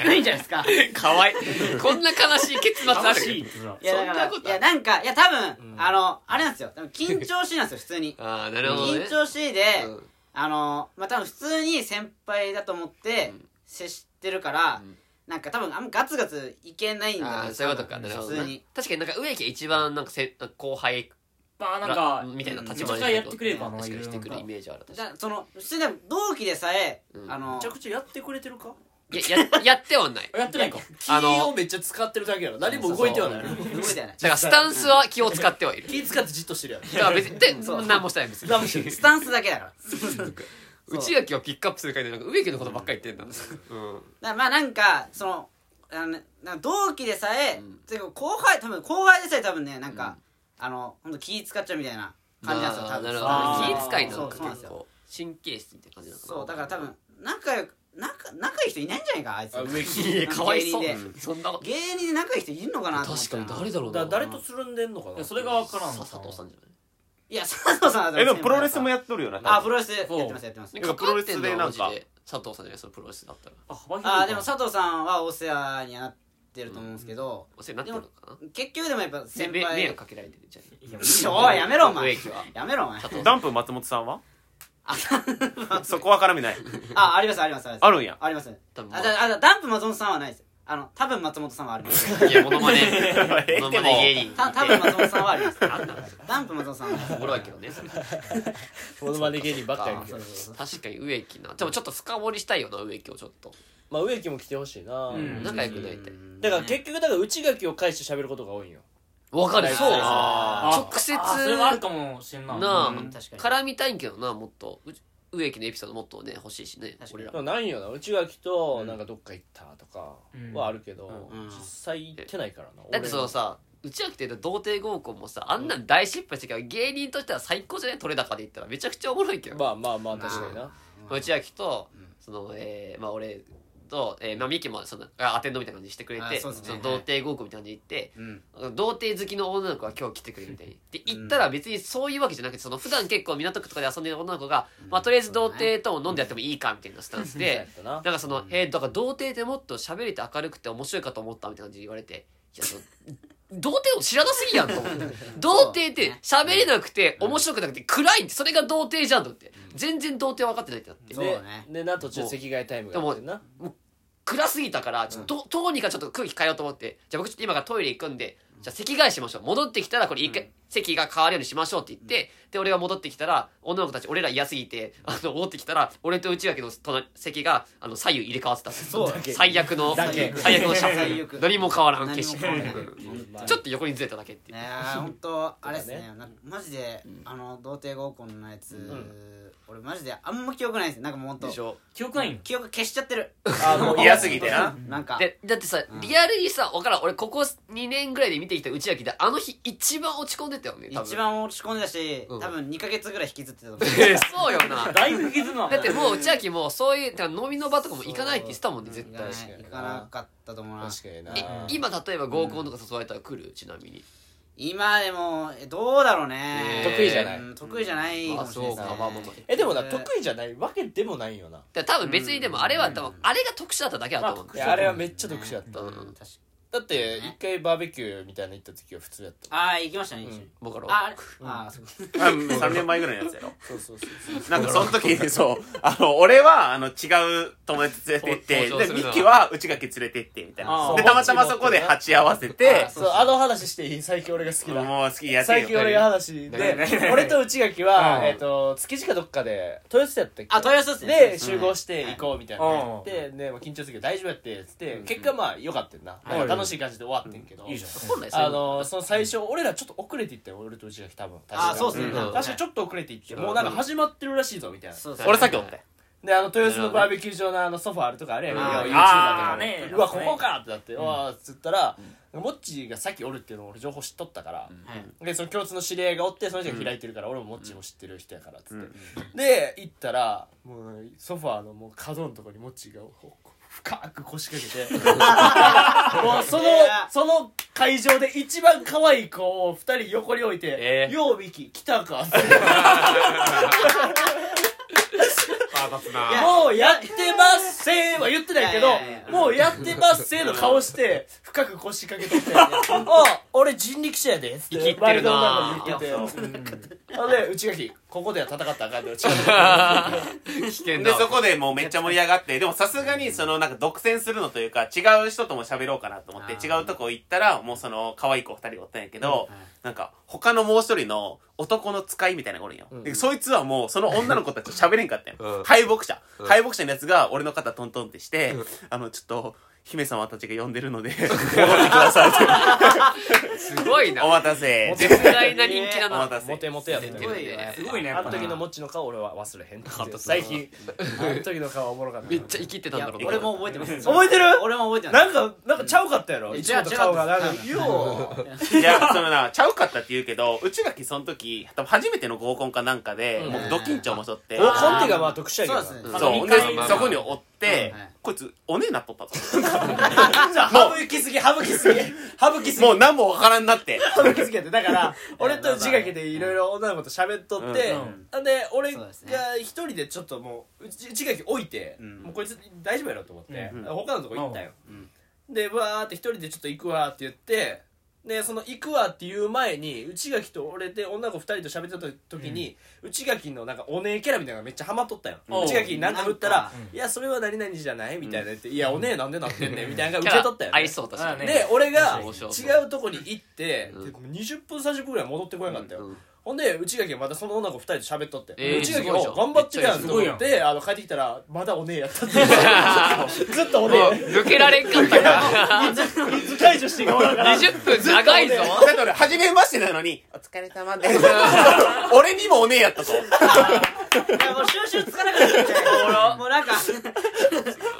S4: ないんじゃないですか
S2: かわいい こんな悲しい結末あ
S3: 楽しいっ
S2: る
S3: てさ
S4: いやだか
S2: そんな
S4: ら
S2: こと
S4: いやなんかいや多分、あのあれなんですよ多分緊張しいなんですよ普通に
S2: あ あなるほどね
S4: 緊張しいで、
S2: うん
S4: あのまあ多分普通に先輩だと思って
S2: うん
S4: 接してるから、
S2: ん
S4: なんか多分あんまガツガツいけないんだ
S2: ああそういうことかなるほど
S4: 普
S2: な
S4: 通に
S2: 確かになんか植木が一番なんかせ後輩
S3: まあなんか
S2: みたいな
S3: め
S2: 立場
S3: ちゃくちゃやってくれるからな
S2: 確かにしてくる
S3: いろ
S2: イ
S3: い
S2: メージある確
S4: じ
S2: か
S4: ゃあその普通に多分同期でさえ、
S2: うん
S4: あの
S1: めちゃくちゃやってくれてるか
S2: にやややってはない
S3: ろなやってないか
S1: 気
S2: あの
S1: をめっちゃ使ってるだけやろ何も動いてはない
S4: 動いてない
S2: だからスタンスは気を使ってはいる
S1: 気使ってじっとしてるや
S2: だから別にで
S4: そう
S2: 何もしたい別に
S1: 何もしてない
S4: スタンスだけ だからう
S2: 内垣をピックアップする会でなんか植木のことばっかり言ってんだ、うん、
S4: だからまあなんかそのあのなんか同期でさえ、
S2: うん
S4: てか後輩多分後輩でさえ多分ねなんか、あの本当気使っちゃうみたいな感じなんですよ
S2: あ
S4: 多
S2: ー
S4: 分
S2: なる
S3: あ
S2: ほど
S3: ー
S2: 気遣いなの
S4: そうそう
S2: か
S4: なんです
S2: 結
S4: よ
S2: 構神経質みたいな感じなのかな
S4: そうだから多分仲良く仲仲いい人いないんじゃないかあいつ
S1: ろ あ植木
S2: いやかわいそう
S4: 芸
S2: うんそんな
S4: 芸人で仲いい人いるのかなと思っ
S2: 確
S4: た
S2: からに誰だろう
S1: だ
S2: な
S1: 誰とつるんでんのか
S3: いや
S1: な
S3: それが分からん
S2: さ佐藤さんじゃない
S4: いや佐藤さんは
S5: え、でもプロレスもや
S4: っ
S5: っとるよな。多分
S4: あプロレスやってますやってます
S5: なんかプロレスでな
S2: 関わっ
S5: んか
S2: てのはマジで佐藤さんじゃないそのプロレスだったら
S3: あ幅広いな
S4: あでも佐藤さんはお世話になってると思うんですけど、
S2: お世話になってるのかな
S4: 結局でもやっぱ先
S2: で迷迷
S4: 輩
S2: 惑かけられてる じゃん
S3: いや
S4: おいやめろお前
S2: 植木は
S4: やめろお前
S2: 佐藤さ
S5: ダ
S2: ん
S5: ンプ松本さんは
S4: あ
S5: そこは絡みない。
S4: あありますありますあります
S5: あるんや。
S4: あります
S2: 多分
S4: あだあだダンプ松本さんはないですあの多分松本さんはあります
S2: いやモノマネ
S5: え
S2: モノマネ芸人
S4: た多分松本さんはあります
S2: あんなの
S4: ダンプ松本さんはない
S2: おもろいけどねそれ
S1: モノマネ芸人ばっかりやけ
S4: そ
S1: ど
S4: うそうそう
S2: 確かに植木なでもちょっと深掘りしたいよな植木をちょっと
S1: まあ植木も来てほしいな、
S3: うん
S2: 仲良くなりたい
S1: だから結局だから内垣を返して喋ることが多いんよ
S2: わかる
S1: そう
S2: あ
S3: あ
S2: ー直接
S3: あそれはあるかもしれんな
S2: なあ
S4: うん確かに
S2: 絡みたいんけどなもっとう植木のエピソードもっとね欲しいしね
S4: 確か
S2: 俺
S4: に
S2: ら
S1: まあないんよな内垣となんかどっか行ったとかはあるけど、
S4: うんうん
S1: 実際行ってないからな
S2: だってそのさうちは来てる童貞合コンもさあんなん大失敗したけど芸人としては最高じゃない取れ高で言ったらめちゃくちゃおもろいけど、
S1: 俺もまあまあまあ確かにな、
S2: 内明と、そのえーまあ俺と、えーまあ、ミキもそのあアテンドみたいな感じにしてくれ
S4: あ
S2: て
S4: そうですね
S2: の童貞合コンみたいな感じに行って、
S4: うん
S2: 童貞好きの女の子が今日来てくれるみたいに。で、行ったら別にそういうわけじゃなくて、その普段結構港区とかで遊んでる女の子が、まあとりあえず童貞とも飲んでやってもいいかみたいなスタン スで、
S1: そうや
S2: な
S1: っ
S2: ん
S1: たな
S2: かその、えー、だから童貞ってもっと喋れて明るくて面白いかと思ったみたいな感じで言われて、いや、その 童貞を知らなすぎやんと思って。童貞って喋れなくて、面白くなくて、暗いって、それが童貞じゃんと思って。全然童貞分かってないってなって
S4: そ。うね
S1: ででな途中席替えタイムがあってな
S2: 暗すぎたから、ちょっと、どうにかちょっと空気変えようと思って、じゃあ僕ちょっと今からトイレ行くんで、じゃあ席替えしましょう。戻ってきたらこれ一回、席が変わるようにしましょうって言って、で、俺が戻ってきたら、女の子たち、俺ら嫌すぎて、あの、戻ってきたら、俺と内垣の隣、席が、あの、左右入れ替わってたんです
S4: そうだけ
S2: 最悪の、
S1: だけ
S2: 最悪のシ
S4: 最
S2: ャ
S4: 悪
S2: ツ。何も変わらん
S4: 何
S2: 景
S4: も変わらん
S2: 色。
S1: まあ
S2: ちょっと横にずれただけっていう。
S4: ねえ本当あれですね
S1: そう
S4: なんかマジで、あの童貞合コンのやつ、俺マジであんま記憶ないですなんかもう本
S2: でし
S4: 当
S2: ょ
S3: 記憶ないん
S4: 記憶消しちゃってる
S1: あもう
S5: 嫌すぎてな
S4: なんか
S2: でだってさ、リアルにさ、わからん、俺ここ2年ぐらいで見てきた内垣で、あの日一番落ち込んでたよね、多分。
S4: 一番落ち込んでたし、
S2: うん
S4: 多分2か月ぐらい引きずってたと思
S2: えー そうよ な。
S3: だいぶ傷な
S2: だってもう内秋もそういうてか飲みの場とかも行かないって言ってたもんね絶
S4: う
S2: 対
S1: 確かに
S4: 行かなかったと思うな
S1: 確かにな
S2: え今例えば合コンとか誘われたら来るちなみに
S4: 今でもえどうだろうね
S2: 得意じゃない
S4: うん得意じゃないか
S2: あ
S4: もしれ
S2: そ
S4: ないうです
S2: か
S4: ね
S2: まあまあまあまあ
S1: えでもな
S4: えー
S1: 得意じゃないわけでもないよな
S2: だから多分別にでもあれは多分あれが特殊だっただけだと思うん
S1: い
S2: だよ
S1: やあれはめっちゃ特殊だった
S4: うん
S2: うん
S4: 確かに
S1: だって一回バーベキューみたいなの行った時は普通やった
S4: ああ行きましたね一緒に
S2: 僕ら
S4: ああ
S2: は
S4: れあーそう
S5: 3年前ぐらいのやつやろ
S1: そうそうそうそう
S5: なんかその時にそうあの俺はあの違う友達連れてって
S2: 登場す
S5: で
S2: る
S5: ミ
S2: な
S5: キは内垣連れてってみたい
S1: あ
S5: な
S1: ー
S5: でたまたまそこで鉢合わせて
S1: あそうあの話していい最近俺が好きだ
S5: もう好きやって
S1: 最
S5: よ
S1: 近俺が話で俺と内垣は、
S5: うん
S1: えっと築地かどっかで豊洲やったっけ
S4: あ豊洲っすね
S1: で集合して行こうみたいな
S3: うん
S1: でねまあ緊張するけど大丈夫やってっつって結果まあ良かったよな
S3: うん
S1: まあ楽しい感じで終わってんけど
S3: いいじゃん
S2: 本来そう
S1: あのその最初俺らちょっと遅れて行ったよ俺と内垣多分確か
S4: あそうっすね
S2: う
S1: 確
S2: ん
S1: かちょっと遅れて行ってもうなんか始まってるらしいぞみたいな
S4: そう
S5: 俺さっきおったよ
S1: であの豊洲のバーベキュー場のあのソファーあるとかあれやけど
S4: あー
S1: YouTuber と
S3: あ
S1: か
S3: ーね
S1: うわここかってなってうわーっつったらモッチーがさっきおるっていうのを俺情報知っとったから
S4: はい
S1: でその共通の知り合いがおってその人が開いてるから、俺もモッチーも知ってる人やからっつって、で行ったらもうソファーのもう角のとこにモッチーがこう深く腰掛けて もうそのその会場で一番可愛い子を二人横に置いて
S2: え
S1: 「
S2: ー
S1: ようみき来たか」って
S5: 腹立つな
S1: 「もうやってまっせー」は言ってないけど
S4: いやいやいや
S1: 「もうやってまっせー」の顔して深く腰掛けとって「 あ俺人力車やで」っつっ
S2: 生き
S1: て
S2: って
S1: 前
S2: る
S1: の
S2: な
S1: 女の子に言ってて。あで内垣ここでは戦ったらあかんで 内
S2: 危険
S5: で
S2: だ
S5: そこでもうめっちゃ盛り上がってでもさすがにそのなんか独占するのというか違う人とも喋ろうかなと思って
S4: あ
S5: 違
S4: ー
S5: うとこ行ったらもうその可愛い子二人おったんやけど、
S4: うんはい
S5: なんか他のもう一人の男の使いみたいなのがおるんよ、でそいつはもうその女の子たちと喋れんかったんよ、
S2: うん
S5: 敗北者、敗北者のやつが俺の肩トントンってして、あのちょっと姫様たちが呼んでるので戻ってくださいって
S2: すごいな
S5: お待たせ
S1: モテ
S2: 絶大な人気だ
S5: お待
S2: な
S5: たせ
S1: モテモテやった
S4: す
S2: す
S4: ご
S2: ご
S4: い
S2: い
S4: ね
S2: ね
S3: すごいねや
S1: あ
S3: っぱ
S1: の時のモッチの顔俺は忘れへん最近あの時の顔はおもろかっ
S2: めっち
S1: た
S2: ゃ生きてたんだろうな
S4: 俺も覚えてます
S1: 覚えてる
S4: 俺も覚えてます
S1: なんかなんかちゃうかったやろ
S4: うん
S1: 一応と顔がなんか
S4: 違う違う
S1: よう
S5: いや、そのな、ちゃうかったって言うけど、内垣その時、多分初めての合コンかなんかで、
S2: うん
S5: もうド緊張もしとって、
S1: おコンテがまあ特殊やけど
S4: そうですね
S1: な
S5: そ
S1: 一
S5: う、
S1: 回
S5: で
S2: まあ、まあ
S5: そこにおって
S4: うんはい、
S5: こいつ、おねえなっとったぞ。
S1: 省きすぎ省きす ぎ省きすぎ
S5: もう何もわからんなって。
S1: 省きすぎやってだから俺と字がけでいろいろ女の子と喋っとって
S3: うん
S1: なんで俺
S4: そう
S1: が
S4: ですね
S1: 一人でちょっともう字がけ置いて
S4: うん
S1: もうこいつ大丈夫やろと思って
S5: うん
S1: 他のとこ行ったよ
S4: うん
S1: でわーって一人でちょっと行くわって言ってでその行くわっていう前に内垣と俺で女の子二人と喋ってた時に、内垣のなんかお姉キャラみたいなのがめっちゃハマっとったよ、
S3: おう
S1: 内垣に何か振った
S4: なん
S1: ら
S4: か
S1: 「いやそれは何々じゃない?」みたいな言って「いやお姉なんでなってんねん」みたいなの
S2: キ
S1: が
S2: ャ
S1: 受け
S2: ラ
S1: 取ったよ、
S2: 合い
S1: ね、
S2: そう確か
S3: あー
S2: に
S3: ね
S1: で俺が
S2: そうそうそう
S1: 違うとこに行って、
S2: うん
S1: で20分30分ぐらい戻ってこなかったよ、
S2: うん
S1: ほんで内垣がまたその女の子二人と喋っとって、
S2: えー
S1: 内垣
S2: すごいじゃ
S1: が
S2: ん
S1: 頑張ってるやんと思っ
S3: め
S1: てあの帰ってきたらまだお姉やったって ずっとお姉
S2: もう抜けられんかっ たから
S1: 水解除していかなから
S2: 20分長いぞ
S5: だって俺、初めましてなのに、お疲れ様です。俺にもおねえやったぞ。
S4: いやもう収集つかなかったんでもうなんか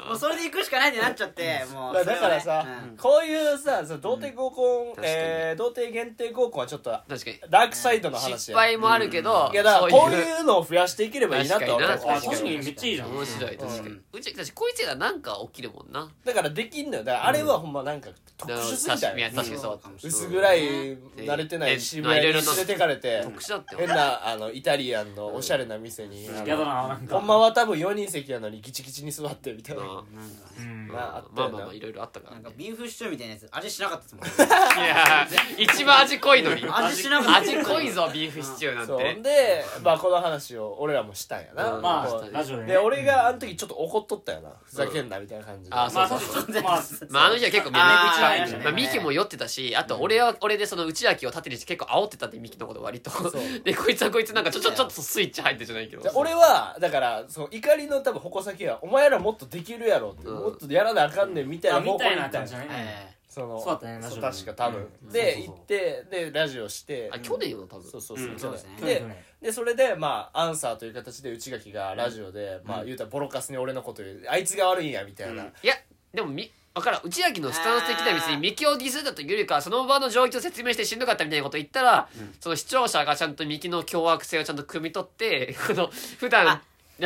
S4: もうそれで行くしかかないってなっちゃってもう
S1: だからさ、こういうさその童貞合コン、
S2: 確かに
S1: えー、童貞限定合コンはちょっと
S2: 確かに
S1: ダークサイドの話や
S2: 失敗もあるけど、
S1: いやだからこう
S2: そういう
S1: いうのを増やしていければいいなとは思う
S2: 確
S3: あ
S2: か
S3: 確かにめっちゃいいじゃん
S2: 面白い確かに、
S1: う
S2: うんちたちこいつらなんか起きるもんな
S1: だからできんのよだからあれはほんまなんか特殊すぎた
S2: いや
S1: よ
S2: 確かにそう
S1: 薄暗い
S2: うん
S1: 慣れてな
S2: え
S1: い渋谷に
S2: ま
S1: 連
S2: あいろいろ
S1: れてかれて
S2: 特殊だって
S1: 変なあのイタリアンのおしゃれな店にあ
S3: やだ
S1: の
S3: ななん
S1: ほ
S3: か
S1: んまは多分4人席やのにギチギチに座ってみたいな
S2: うん
S3: うん
S1: まああったよな
S2: まあまあまあいろいろあったか
S4: な
S2: ら
S4: ん
S2: ね
S4: かビーフシチューみたいなやつ味しなかったですもん
S2: いやー一番味濃いのに
S4: 味しなかった
S2: 味濃いぞビーフシチューなん
S1: そう
S2: て
S1: でまあこの話を俺らもしたんやな、
S2: うん
S3: ま
S1: こ
S3: あ
S1: う
S3: ラジオでね
S1: で俺があの時ちょっと怒っとったよなふざけんなみたいな感じで、
S2: うんあそ
S3: まあ
S2: う
S3: 確かにまあ
S2: まああの日は結構みん
S4: あー
S2: な
S4: ありましたね
S2: まあミキも酔ってたしあと俺は俺でその内秋を立てるし結構煽ってたんでミキのこと割と
S1: う
S2: でこいつはこいつなんかちょちょちょっとスイッチ入ってるじゃないけど
S1: じゃあ俺はだからその怒りの多分矛先はお前らもっとできるやろって、
S2: うん
S1: もっとやらなあかんねんみたいな
S3: あ
S1: 方
S3: み
S1: 向
S3: たい
S1: に行
S3: な
S1: ったん
S3: 感
S1: や
S3: じだね
S4: え
S1: その
S3: そうだったねラ
S1: そ
S3: ジオ
S1: う
S3: で
S1: 確か多分、
S3: うん
S1: で
S3: そうそうそう
S1: 行ってでラジオして、
S2: あ去年よ多分
S1: そうそうそう、
S5: うん
S1: じゃない
S4: そうです
S3: 去年
S1: で
S3: 去年
S1: でそれでまあアンサーという形で内垣がラジオで、まあ言うたらボロカスに俺のこと言うあいつが悪いんやみたいな、
S5: うん
S2: いやでもみ分からん内秋のスタンス的な別
S4: あ
S2: に
S4: ー
S2: ミキをディスったというよりかはその場の状況を説明してしんどかったみたいなこと言ったら、その視聴者がちゃんとミキの凶悪性をちゃんと汲み取って この普段
S4: あ
S2: あ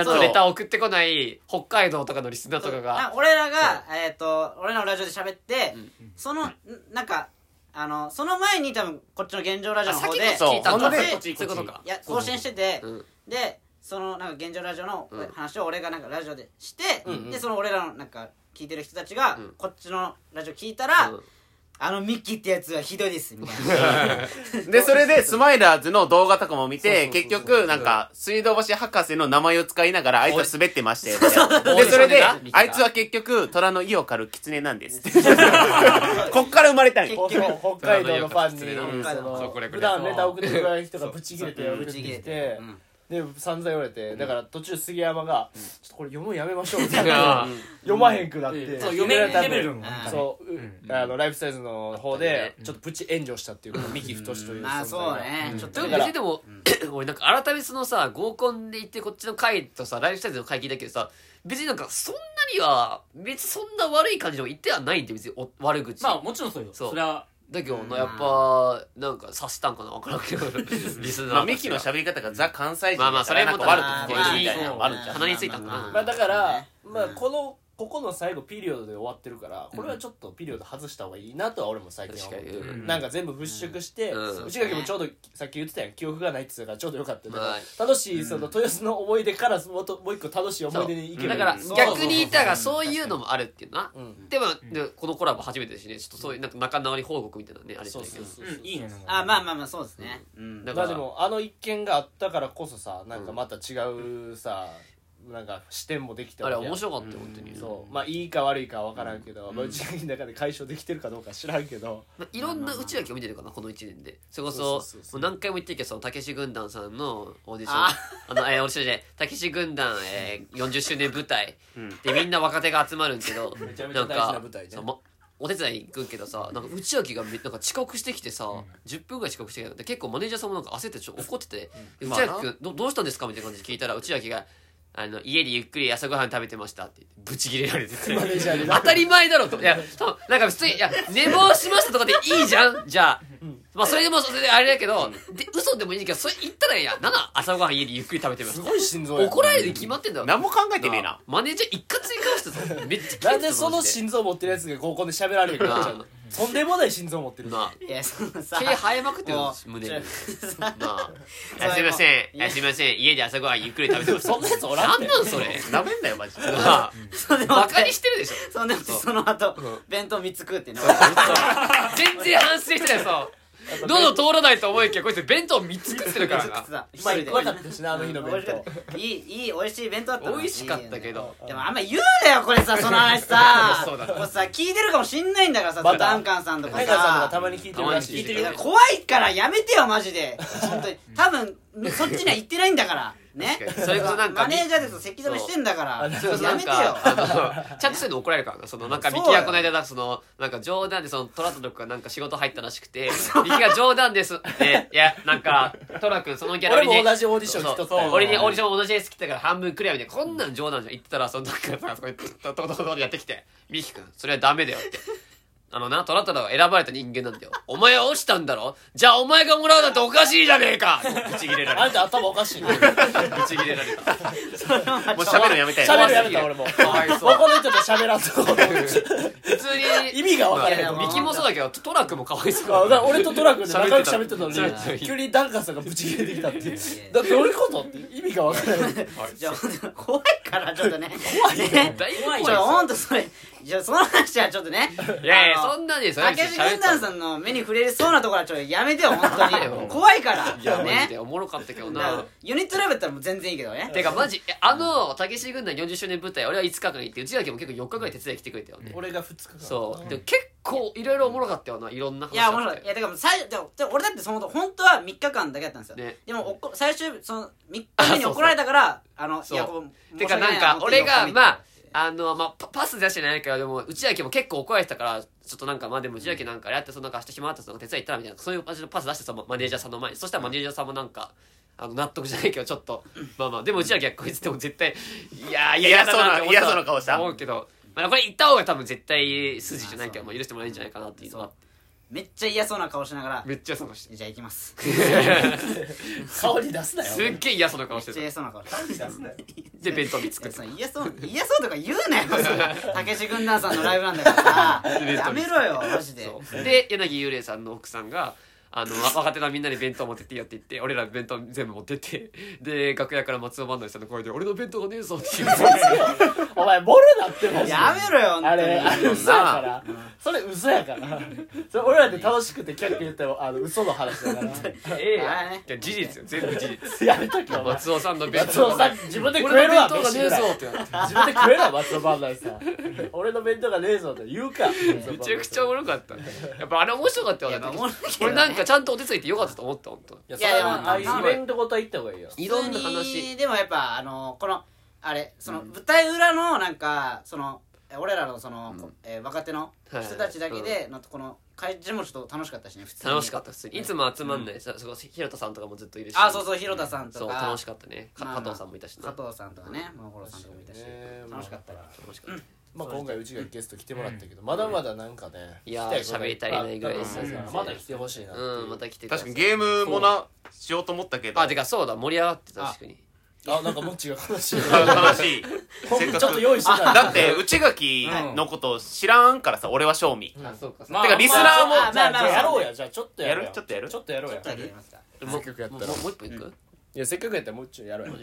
S4: そ
S2: の
S4: う
S2: レターを送ってこない北海道とかのリスナーとか
S4: あ
S2: が
S4: 俺らがえっと俺らのラジオで喋って
S2: うん
S4: そのんなんかあのその前に多分こっちの現状ラジオの方
S2: 先
S4: で
S2: に聞いた
S4: そう
S2: んだそう
S4: こ
S2: こ
S4: っ
S2: っ
S4: ち
S2: ち
S3: こ
S2: そ
S3: っち
S2: ういうことか
S4: いや更新してて
S2: うん
S4: でそのなんか現状ラジオの
S2: うん
S4: 話を俺がなんかラジオでして、
S1: ん
S4: でその俺らのなんか聞いてる人たちが、
S2: うん
S4: こっちのラジオ聞いたら、
S2: うん
S4: あのミッキーってやつはひどいですみたいな
S5: で、それで、スマイラーズの動画とかも見て、
S2: そうそうそう
S5: 結
S2: そう
S5: 局、なんか、水道橋博士の名前を使いながら、あいつは滑ってましたよみたいな。
S2: おい
S5: で、それで
S2: おいおいおい、
S5: あいつは結局、虎の意を狩る狐なんです って。こっから生まれたんよ。
S1: この北海道のファンに、
S2: うん
S4: 北海
S1: そ
S4: 道の
S1: の
S2: そうこれこ
S1: 普
S2: れ
S1: 段ネタ送ってくれない人がブチ切れて
S4: そう
S1: 送ってきて
S4: うん
S1: で散々言われてだから途中杉山が「ちょっとこれ読むのやめましょう」みたいな
S2: あー
S1: 読まへんくなって
S3: そう読め
S1: ら
S3: る
S1: れた
S3: レベルの
S4: あー
S1: そう
S3: うん
S1: あのライフサイズの方で
S3: うん
S1: ちょっとプチ炎上したっていうか三木太志という
S4: まあ
S1: 存在
S4: そう
S1: が
S4: ね、ちょっと
S2: でも
S1: だか
S2: 別
S1: ら
S2: にでも、俺なんか改めてそのさ合コンで行ってこっちの会とさライフスタイルの会議だけどさ別になんかそんなには別にそんな悪い感じでも言ってはないんで別にお悪口、
S3: まあもちろんそうよ
S2: そう
S3: それは
S2: だけどなやっぱなんか察したんかな分からんけ どリスナーたちが
S5: まあ、ミキの喋り方がザ関西人
S2: まあまあ
S5: だからなん
S2: それも
S5: か悪く聞こえるみたいなのもあるんちゃう
S2: 鼻についたんだな
S1: まあだから
S4: うん
S1: まあこのここの最後ピリオドで終わってるからこれはちょっとピリオド外した方がいいなとは俺も最近は思ってる
S2: 確
S3: かにうん
S1: なんか全部物色して
S2: うん
S1: 内垣もちょうどさっき言ってたやん記憶がないって言ってたからちょうどよかったよだ
S2: ま
S1: から楽しいその豊洲の思い出からもっともう一個楽しい思い出に行けば
S2: だ
S1: いい
S2: から
S1: そう
S2: 逆に言ったらそういうのもあるっていうな
S1: うん
S2: でもでこのコラボ初めてだしねちょっとそういうなんか仲直り報告みたいなのねあれじ
S1: そ
S2: ゃ
S1: う
S2: ないけ
S1: そうそ
S2: ど
S1: う
S3: うんいいねなんか
S4: あまあまあまあそうですね、
S5: うん
S2: だ
S1: ま
S2: か
S1: あで
S2: ら
S1: もあの一件があったからこそさなんかまた違うさ、なんか視点もできた
S2: あれ
S1: やん
S2: 面白かったよ本当に
S1: そうまあいいか悪いかは分からんけど、まあ、うちの中で解消できてるかどうか知らんけど、
S2: まあ、いろんな内訳を見てるかなこの1年でそれこ
S1: そ
S2: そう
S1: そうそうそう
S2: もう何回も言ってるけどそのたけし軍団さんのオーディションあの、えー、オーディションじゃないたけし軍団、えー、40周年舞台、でみんな若手が集まるんけど
S1: めちゃめちゃ大事な舞台ね
S2: そうまお手伝い行くけどさなんか内訳がめなんか遅刻してきてさ、10分ぐらい遅刻してきてで結構マネージャーさんもなんか焦ってちょっと怒ってて「で内
S5: まあ
S2: 訳
S5: な
S2: 君どどうしたんですか?」みたいな感じで聞いたら内訳が「あの家でゆっくり朝ごはん食べてました」って言ってブチ切れられてて
S1: マネージャーにな
S2: 当たり前だろと。いや、そうなんか普通に、いや、寝坊しましたとかでいいじゃんじゃあ。まあ、それでも、それであれだけど、で、嘘でもいいけど、それ言ったらいいや。なな、朝ごはん家でゆっくり食べてますす。
S1: ごい心臓や
S2: 怒られるに決まってんだろ。
S5: 何も考えてねえな。
S2: マネージャー一括に関してさ、めっちゃ
S1: なんでその
S2: し
S1: 心臓持ってるやつが合コンで喋られるかっちゃうの
S2: な
S1: とんでもない心臓持ってる
S2: なあ、
S4: いやそのさ
S2: 毛生えまくってる
S4: も
S2: の
S4: う
S2: 胸に。
S4: ちょ
S2: なあ。
S4: そう
S2: あすいませ。
S4: もうん
S2: いやすいません。家で朝ごはんゆっくり食べてます。
S1: そんなやつおらん
S2: な
S1: て
S2: んなんそれ。
S5: なめんなよ、マジで。
S2: なあ、
S4: そん でもっ
S2: バ
S4: て
S2: カにしてるでしょ。
S4: そんでもってその後弁当3つ食うっていうの
S2: 全然反省してないさ。 喉通らないと思いきや、こいつ弁当3つ食ってるからな。
S4: さ一
S1: まあ
S4: 人で
S1: うまかったしなあの日の
S4: 美
S1: 弁
S4: 味しか
S1: 当
S4: ったいいいい美味しい弁当だったの
S2: 美味しかったけど
S4: いいよねでもあんま言うなよこれさその話さ
S2: そうだな
S4: これさ聞いてるかもしんないんだからさ
S1: まだ
S4: ダンカンさんとか
S1: タイガーさんとかた
S4: さ
S1: まに聞いてるらしい
S2: たまに聞いて
S4: い
S2: る
S4: や怖いからやめてよマジで本当に多分そっちには行ってないんだ からね
S2: 確かにそれこそなんか
S4: マネージャーでと咳止めしてんだから
S2: それこそ
S4: や
S2: なん
S4: めてよ
S2: か、あの、ちゃ んとそういうの怒られるからな。その、なんか、
S4: そう
S2: ミ
S4: よ
S2: キがこの間、なんかその、なんか冗談で、その、トラトル君がなんか仕事入ったらしくて、ミキが冗談ですって、いや、なんか、トラ君そのギャラ
S1: 俺
S2: リーに
S1: も同じオーディション
S2: そ
S1: 来
S2: う
S1: とっ
S2: そ
S1: た
S2: う
S1: よ
S2: 俺にオーディション同じです来てたから半分くれよみたいなこんなん冗談じゃん言ってたらそのなんかさそこにトトトトトやってきて「ミキ君それはダメだよ」って。あのな、トラトラは選ばれた人間なんだよ。お前は落ちたんだろじゃあお前がもらうなんておかしいじゃねえかぶち切れら
S1: あ
S2: れ
S1: んた頭おかしいな
S2: た。ぶち切れられた。
S5: もう喋るのやめたよ
S1: 喋るやめた俺も
S2: かわいそう
S1: 他の人と喋らんと
S2: 普通に、
S1: 意味が分からへん
S2: まあミキもそうだけど、トラックもかわいそう
S1: あだ
S2: だ
S1: から俺とトラ君で仲良く喋っ
S2: 喋ってて
S1: た
S2: た
S1: の
S2: 喋って
S1: に
S2: た
S1: 急にダンカさんがブチ切れてきたっていうだどういうことって意味が分からない
S4: じゃあほんと怖いからちょっとね怖いね
S2: だいぶ
S4: ち
S2: 怖い
S4: ょ
S2: じゃん
S4: ほんとそれじゃあその話はちょっとね
S2: いやいや、
S4: あの
S2: そんなに、そ
S4: たけし軍団さんの目に触れそうなところはちょっとやめ てよ本当に怖いから
S2: いや、マジ
S4: ね
S2: でおもろかったけど
S4: だか
S2: な
S4: ら。ユニットライブだったらもう全然いいけどね
S2: てかマジえあのたけし軍団40周年舞台俺は5日間行ってうちだけも結構4日ぐらい手伝い来てくれたよね
S1: 俺が2日間
S2: そうでも結構いろいろおもろかったよないろんな話
S4: いや、面
S2: あ
S4: 白
S2: っ
S4: い
S2: た。
S4: いや、
S2: よ
S4: だから、最初、でもでも俺だって、その、本当は3日間だけだったんですよ。
S2: ね
S4: でも、おこ最終日、その、3日目に怒られたから、あの、
S2: そう
S4: いや、こう
S2: てかなんか俺がまああのまあパパス出してないけどでもうちだけも結構怒られてたからちょっとなんかまあでもうちだけなんかあれやってそのなんか明日暇あったらその手伝い行ったらみたいなそういう感じのパス出してそのマネージャーさんの前にそしたらマネージャーさんもなんかあの納得じゃないけどちょっとまあまあでもうちだけはこいつでも絶対いやー嫌だなって思っ
S5: 嫌そうな嫌そうな顔した
S2: 思うけどまあこれ行った方が多分絶対筋じゃないけどもう許してもらえるんじゃないかなっていうのは
S4: めっちゃ嫌そうな顔しながら、
S2: めっちゃそのして
S4: じゃあ行きます。
S1: 顔に出すなよ
S2: すっげえ嫌そうな顔し
S4: め
S2: て
S4: っちゃ嫌そ
S2: た
S4: うな顔して。
S2: で弁当見
S4: い
S2: 作
S4: や
S2: っ
S4: そ
S2: て
S4: の嫌そう、嫌そうとか言うなよ、それたけし軍団さんのライブなんだから さ、やめろよ、マジで。
S2: そうで柳幽霊さんの奥さんがあのわ若手のみんなに弁当持ってっていいよって言って俺ら弁当全部持ってってで楽屋から松尾万内さんの声で「俺の弁当がねえぞ」って言う
S1: お前ボロだってマジで
S4: やめろよ、本
S1: あ
S4: 当
S1: れあ
S4: に。
S1: れ嘘やからそれ嘘やからそれ俺らで楽しくてキャッキャ言ってもあの嘘の話だから
S2: ええ
S4: あ
S2: や
S4: れ
S2: んいや事実よ全部事実
S1: やめとけお前
S2: 松尾さんの弁
S1: 松
S2: 当
S1: 尾さ
S2: が
S1: ん自分で食え
S2: 俺の
S1: るわ
S2: 弁当がねえぞってなって
S1: 自分で食えろ松尾万内さん俺の弁当がねえぞって言うか
S2: めちゃくちゃおもろかったやっぱあれ面白かった
S4: いや、
S2: よ
S4: まあ、
S2: だ
S4: お
S2: って
S4: もろいけど
S2: 俺なんかちゃんとお手伝いってよかったと思った本当
S1: いや
S4: いや
S1: それ
S4: でも
S1: はああいうイベントごとは行った方がいいよ
S2: いろんな
S4: 普通
S2: 話
S4: にでもやっぱあのこのあれその舞台裏のなんかそのえ俺らのその、こえー若手の人たちだけ
S2: はいはい
S4: でのこの会場もちょっと楽しかったしね普通に
S2: 楽しかった普通にいつも集まんないさそこひろたさんとかもずっといるし
S4: あそうそう広田さんと
S2: そう
S4: か
S2: 楽しかったねか
S4: まあまあ
S2: 加藤さんもいたしな
S4: 加藤さんとかねマンゴロさんとかもいたし、楽しかった
S1: ら
S2: 楽しかった
S1: まあ今回うちがゲスト来てもらったけどまだまだなんかね
S2: いやー
S1: 聞きたこと
S2: 喋り足りないぐらい
S1: です
S2: ですね
S1: まだ来てほしいなっていう
S2: うんまた来てくだ
S5: 確
S2: さ
S5: か
S2: い
S5: にゲームもなしようと思ったけど
S2: あてかそうだ盛り上がってた確かに
S1: あなんかもっちが悲しい
S5: 悲しい
S1: 本
S5: せっ
S1: 当
S5: か
S1: ちょっと
S5: く
S1: 用意してた
S5: だって内垣のこと知らんからさ俺は正味
S2: あそうか
S3: まあ
S5: てかリスナーも
S1: まあまあ
S4: まあ
S1: じゃあやろうやじゃあちょっとやろう
S5: やるちょっとやる
S1: ちょっとやろうや
S4: ちょっとやりますか
S1: せっかくやったら
S2: もうもう一本いく
S1: いやせっかくやったらもうちょいやろうや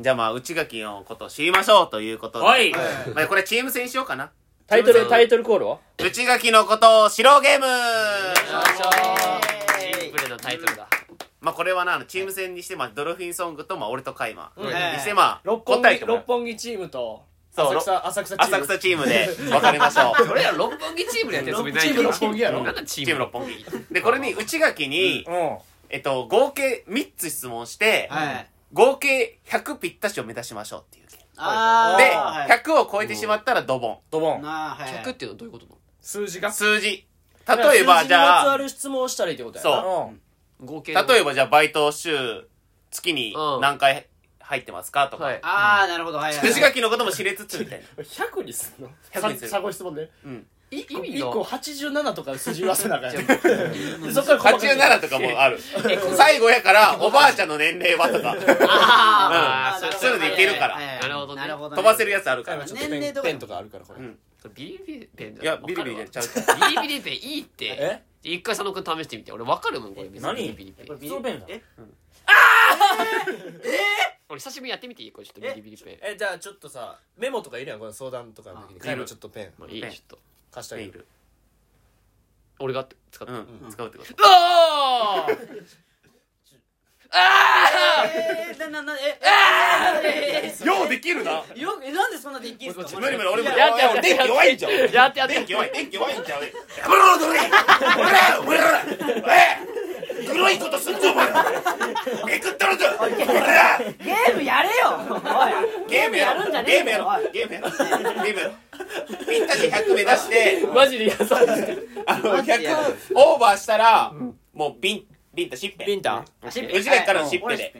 S5: じゃあまあ内垣のことを知りましょうということで
S3: はい
S5: まあこれチーム戦しようかな
S1: タイトルタイトルコールは
S5: 内垣のことを知ろうゲーム
S4: イエー
S2: よいしょ
S4: イ
S2: シンプルなタイトルだ
S5: まあこれはなあのチーム戦にしてまあドルフィンソングとまあ俺とカイマ
S1: ん
S5: にしてまあ
S1: 六本
S5: 答え
S1: 木
S5: てもら
S1: 六
S5: う
S1: 本木チームと
S5: そう
S1: 浅草浅草チー
S5: 浅
S1: ム
S5: 草チームで分かれましょ う
S2: 俺ら六本木チームでやってるつもりないけ
S1: 六本
S2: ど
S1: 木六本木やろ
S2: なんだチ
S5: チ
S2: ー
S5: ーム
S2: ム
S5: 六本木でこれに内垣に
S1: うん
S5: えっと合計3つ質問して
S4: はい
S5: 合計100ぴったしを目指しましょうっていうゲーム
S4: あー
S5: で、
S4: はい
S5: 100を超えてしまったらドボン。
S1: ドボン
S4: なあはい
S2: 客っていうのはどういうことなの
S1: 数字が
S5: 数字。例え
S1: 数
S5: ば、じ
S1: 字にまつ
S5: ゃ
S1: わ
S5: あ、
S1: る質問をしたらいいってことや
S5: そ
S2: 合計
S5: 例え
S2: ば
S5: ばじゃあ、バイト週、月に
S2: うん
S5: 何回入ってますかと
S2: は
S5: か
S2: い。
S4: ああなるほどはいはい、
S5: 筋書きのことも知れつつみたいな。
S1: う100にすんの
S5: 100にする
S1: さご質問ね
S5: うん。
S2: い意味
S1: 1個
S2: の
S1: 87とかの数字言わせなあかん やんでそっから細かく
S5: 87とかもある。最後やから、おばあちゃんの年齢はとか、
S4: あーあー
S2: うん
S4: なるほど
S2: そういうのでいけるから
S4: はいはい
S2: なるほどね
S4: なるほど、
S5: 飛ばせるやつあるか
S1: カイマ
S5: ら
S1: ち。ょっと
S4: 年
S1: ペン
S4: 齢とか
S1: ペンとかあるからこれ
S5: うん
S2: ビリビリペンだ
S5: いや、ビリビリでちゃう
S2: う
S5: か
S2: ビリビリペンいいって
S1: え
S2: 一回佐野くん試してみて俺わかるもんこれ別に
S3: 何
S2: ビリビリペン
S4: これビ
S3: 普通ペンだ
S4: え
S2: 俺久しぶりにやってみていいこれちょっとビリビリペン
S1: えじゃあちょっとさメモとかいるやんこの相談とかの時に
S5: あ
S1: カイマちょっとペン
S2: まあいい
S5: ペン
S2: ちょっと
S1: 貸してあ
S5: ら。
S1: げ
S5: い
S1: る
S5: る。
S2: 俺が使って
S5: う。
S2: うん
S5: 使うってこと。
S2: おーあー
S4: えー、なななええー
S5: ようできるな
S4: えー、よえなんでそんなできるんですか
S5: 無理無理、俺も。
S2: やってやって
S5: 電気弱いんじゃん。
S2: や ってやって
S5: 電気弱い、電気弱いんちゃうやめろ、どれやめろ、どれやめろ、黒いことすんぞお前えくったろぞ俺ら
S6: ゲームやれよおい
S5: ゲー
S6: ゲーム
S5: ムや
S6: やるんじゃね
S5: ろゲ
S6: え
S5: ームやろ
S6: おい
S5: ゲームやろゲームやろぴったり100目出して
S2: マジで嫌そうですね
S5: あの100オーバーしたらもうビンビンタしっぺ
S1: ビンタ
S5: うちらからのしっぺで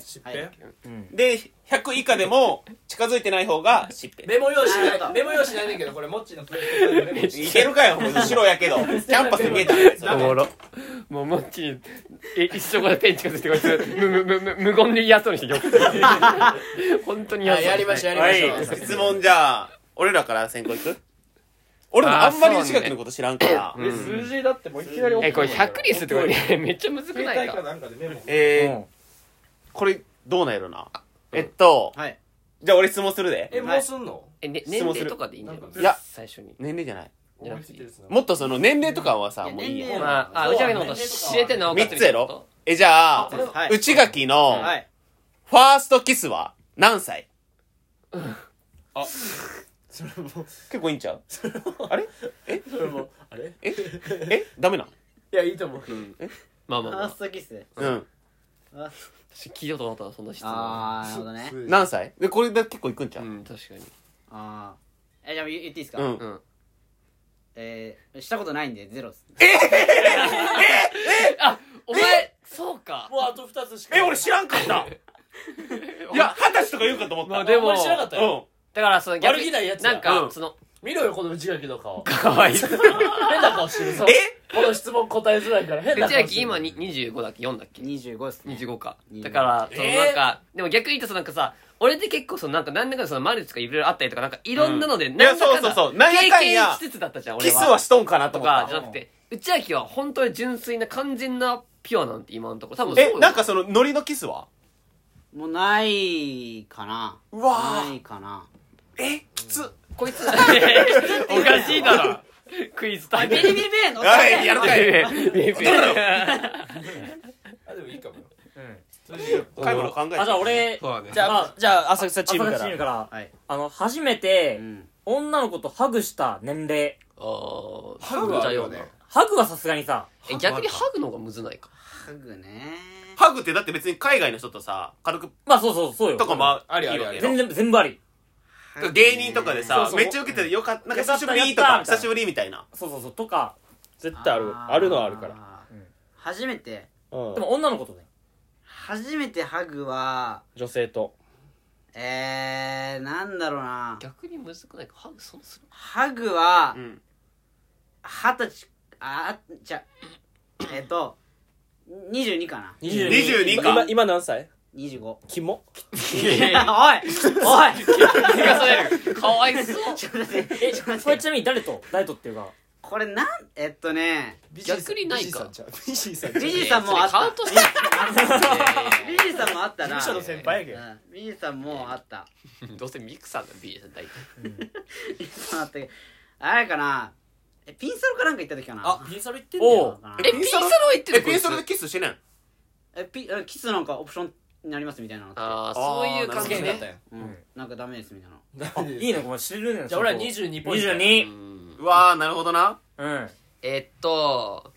S5: で100以下でも近づいてない方がしっぺ
S1: メモ用紙
S4: なるほ
S1: ない
S4: ど
S1: メモ用紙ないねんけどこれモッチーのプレ ゼント
S5: いけるかよ白やけどキャンパス見えた
S2: おもろもうもっちにえ一生こでペンチかついてこいつむむむむ無言で嫌そうにしてよ 本当に嫌そう
S1: やりましょう
S3: は
S1: や
S3: い
S1: りましょう
S5: 質問じゃあ俺らから先行いく俺らあんまり近くのこと知らんから、
S2: うん
S7: 数字だってもういきなり
S2: えこれ100にするってこれ、 ね、めっちゃむずく
S7: 携
S2: ない
S7: 帯か
S2: か
S7: なんかでメモ
S5: え
S3: う
S5: ー
S3: ん
S5: これどうなんやろな、
S2: うん
S5: えっと、
S4: はい
S5: じゃあ俺質問するで
S1: えもうすんの
S2: え、ね、
S5: 質
S2: 年
S5: 問す
S2: 齢
S5: る
S2: とかでいいんじゃない
S5: いや
S2: 最初に
S5: 年齢じゃない
S2: じゃなくていい
S5: もっとその年齢とかはさもういい
S4: いや年
S5: よ
S4: 齢
S2: まああ
S4: そう
S2: 内垣のこと知れてなおかつ
S5: 3つやろえじゃあ
S4: はい
S5: 内垣の
S4: はい
S5: ファーストキスは何歳
S1: それも
S5: 結構いいんちゃうあれ
S1: それもあれ
S5: ええダメなん
S1: いやいいと思う
S2: まあ
S4: フ
S2: まあ、ま
S4: ァー
S2: あ
S4: ス、トキス
S5: うん
S2: 私聞いたことなかったなそんな質問
S4: ああなるほどね
S1: な
S5: 何歳でこれで結構いくんちゃ
S2: う
S5: うん
S2: 確かに
S4: ああえじゃあ言っていいですか、
S5: うん
S2: うん
S4: えー、したことないんでゼロっす
S2: お前そうか
S1: もうあと二つしか
S5: え俺知らんか ったいや二十歳とか言うかと思った、
S2: まあでも
S1: あんまり知らなかったよ
S2: だからその逆
S1: 悪
S2: に
S1: 気ないやつや
S2: なんか、
S5: うん
S2: その
S1: 見ろよこの内垣の顔
S2: かわいい
S1: 変な顔してるそうこの質問答えづらいから変な顔
S2: 内
S1: して
S2: 垣
S1: る
S2: 今に25だっけ4だっけ
S4: 25っすね
S2: 25か
S4: 25
S2: だから
S1: えー
S2: そのなんか、でも逆に言うとそのなんかさ俺って結構そのなんか何らかのそのマルチとかいろいろあったりとかなんかいろんなので、
S5: ん
S2: なんだかん
S5: いや
S2: だ
S5: そうそうそうなんやかん
S2: 経
S5: や
S2: 験しつつだったじゃん俺
S5: キ
S2: は
S5: スはしとんかなと
S2: と
S5: 思った
S2: かじゃなくて内垣は本当に純粋な完全なピュアなんて今のところ多分そう
S5: え
S2: よ
S5: なんかそのノリのキスは
S4: もうないかな
S5: うわー
S4: ないかな
S5: えきつ
S2: こいつ おかしいだろクイズ
S4: あ
S2: 大
S4: ビリ
S2: 変
S4: ビリビリの
S5: あいやるかい
S1: あでもいいかもよ
S5: 買い物考えて
S3: あじゃあ俺
S2: そうだね
S1: じゃあ、
S3: まあ
S1: じゃあ浅草チーム
S3: 朝
S1: か
S3: 日
S1: ら
S3: チームから、
S4: はい
S3: あの初めて、
S4: うん
S3: 女の子とハグした年齢
S2: あー
S1: ハグはあるよね
S3: ハグはさすがにさ
S2: え逆にハグの方がむずないか
S4: ハグね
S5: ハグってだって別に海外の人とさ軽く
S3: まあそうそうそうよ
S5: とかもあ
S1: あ
S5: り
S1: り
S5: あ
S1: あ
S5: り
S1: り
S5: あ
S1: あ
S5: り
S1: り
S3: 全然全部あり
S5: 芸人とかでさ
S1: そうそう
S5: めっちゃ受けてよかったなんか
S3: よかった
S5: 久しぶりとか
S3: やった
S5: 久しぶりみたいな
S3: そうそうそうとか
S1: 絶対あるあるのはあるから
S3: うん
S4: 初めて
S1: うん
S3: でも女の子とね
S4: 初めてハグは
S1: 女性と
S4: えー、なんだろうな
S2: 逆にむずくないかハグそんな する
S4: ハグは
S5: うん
S4: 二十歳あじゃえっと22かな
S1: 22
S5: 22か
S1: 今今何歳
S4: 25
S1: キモ
S4: おいおい
S2: かわいそう
S4: ちょっと待って
S3: えこれちなみに誰と誰とっていうか
S4: これなんえっとね
S2: 逆にないか
S1: ビジーさん
S4: ビジーさんもあっ
S2: それカウ
S4: た
S2: ントして
S4: ビジーさんもあったな
S1: 事務所の先輩やけど
S4: うんビジーさんもあった
S2: どうせミクさんだ B さん大体
S4: ビジーさんあったけどあれかなえピンサロかなんか行った時かな
S1: ピンサロ行ってん
S3: だよ
S2: え
S5: ピ
S2: ピ
S5: ン
S2: ン
S5: サ
S2: サ
S5: ロ
S2: ロ行って
S5: え
S2: る
S5: ピンサロでキスしてない
S4: えピえキスなんかオプションになりますみたいなのって
S2: ああそういう感じ
S5: あーなるほど
S2: ね
S4: うんなんかダメですみたいな
S3: いいねこれ知れるね
S1: じゃあ俺は
S3: ちゃん
S1: 22
S3: と
S1: ポイント
S2: う
S3: 22
S2: ん
S5: うわーなるほどな
S3: うん
S2: えっと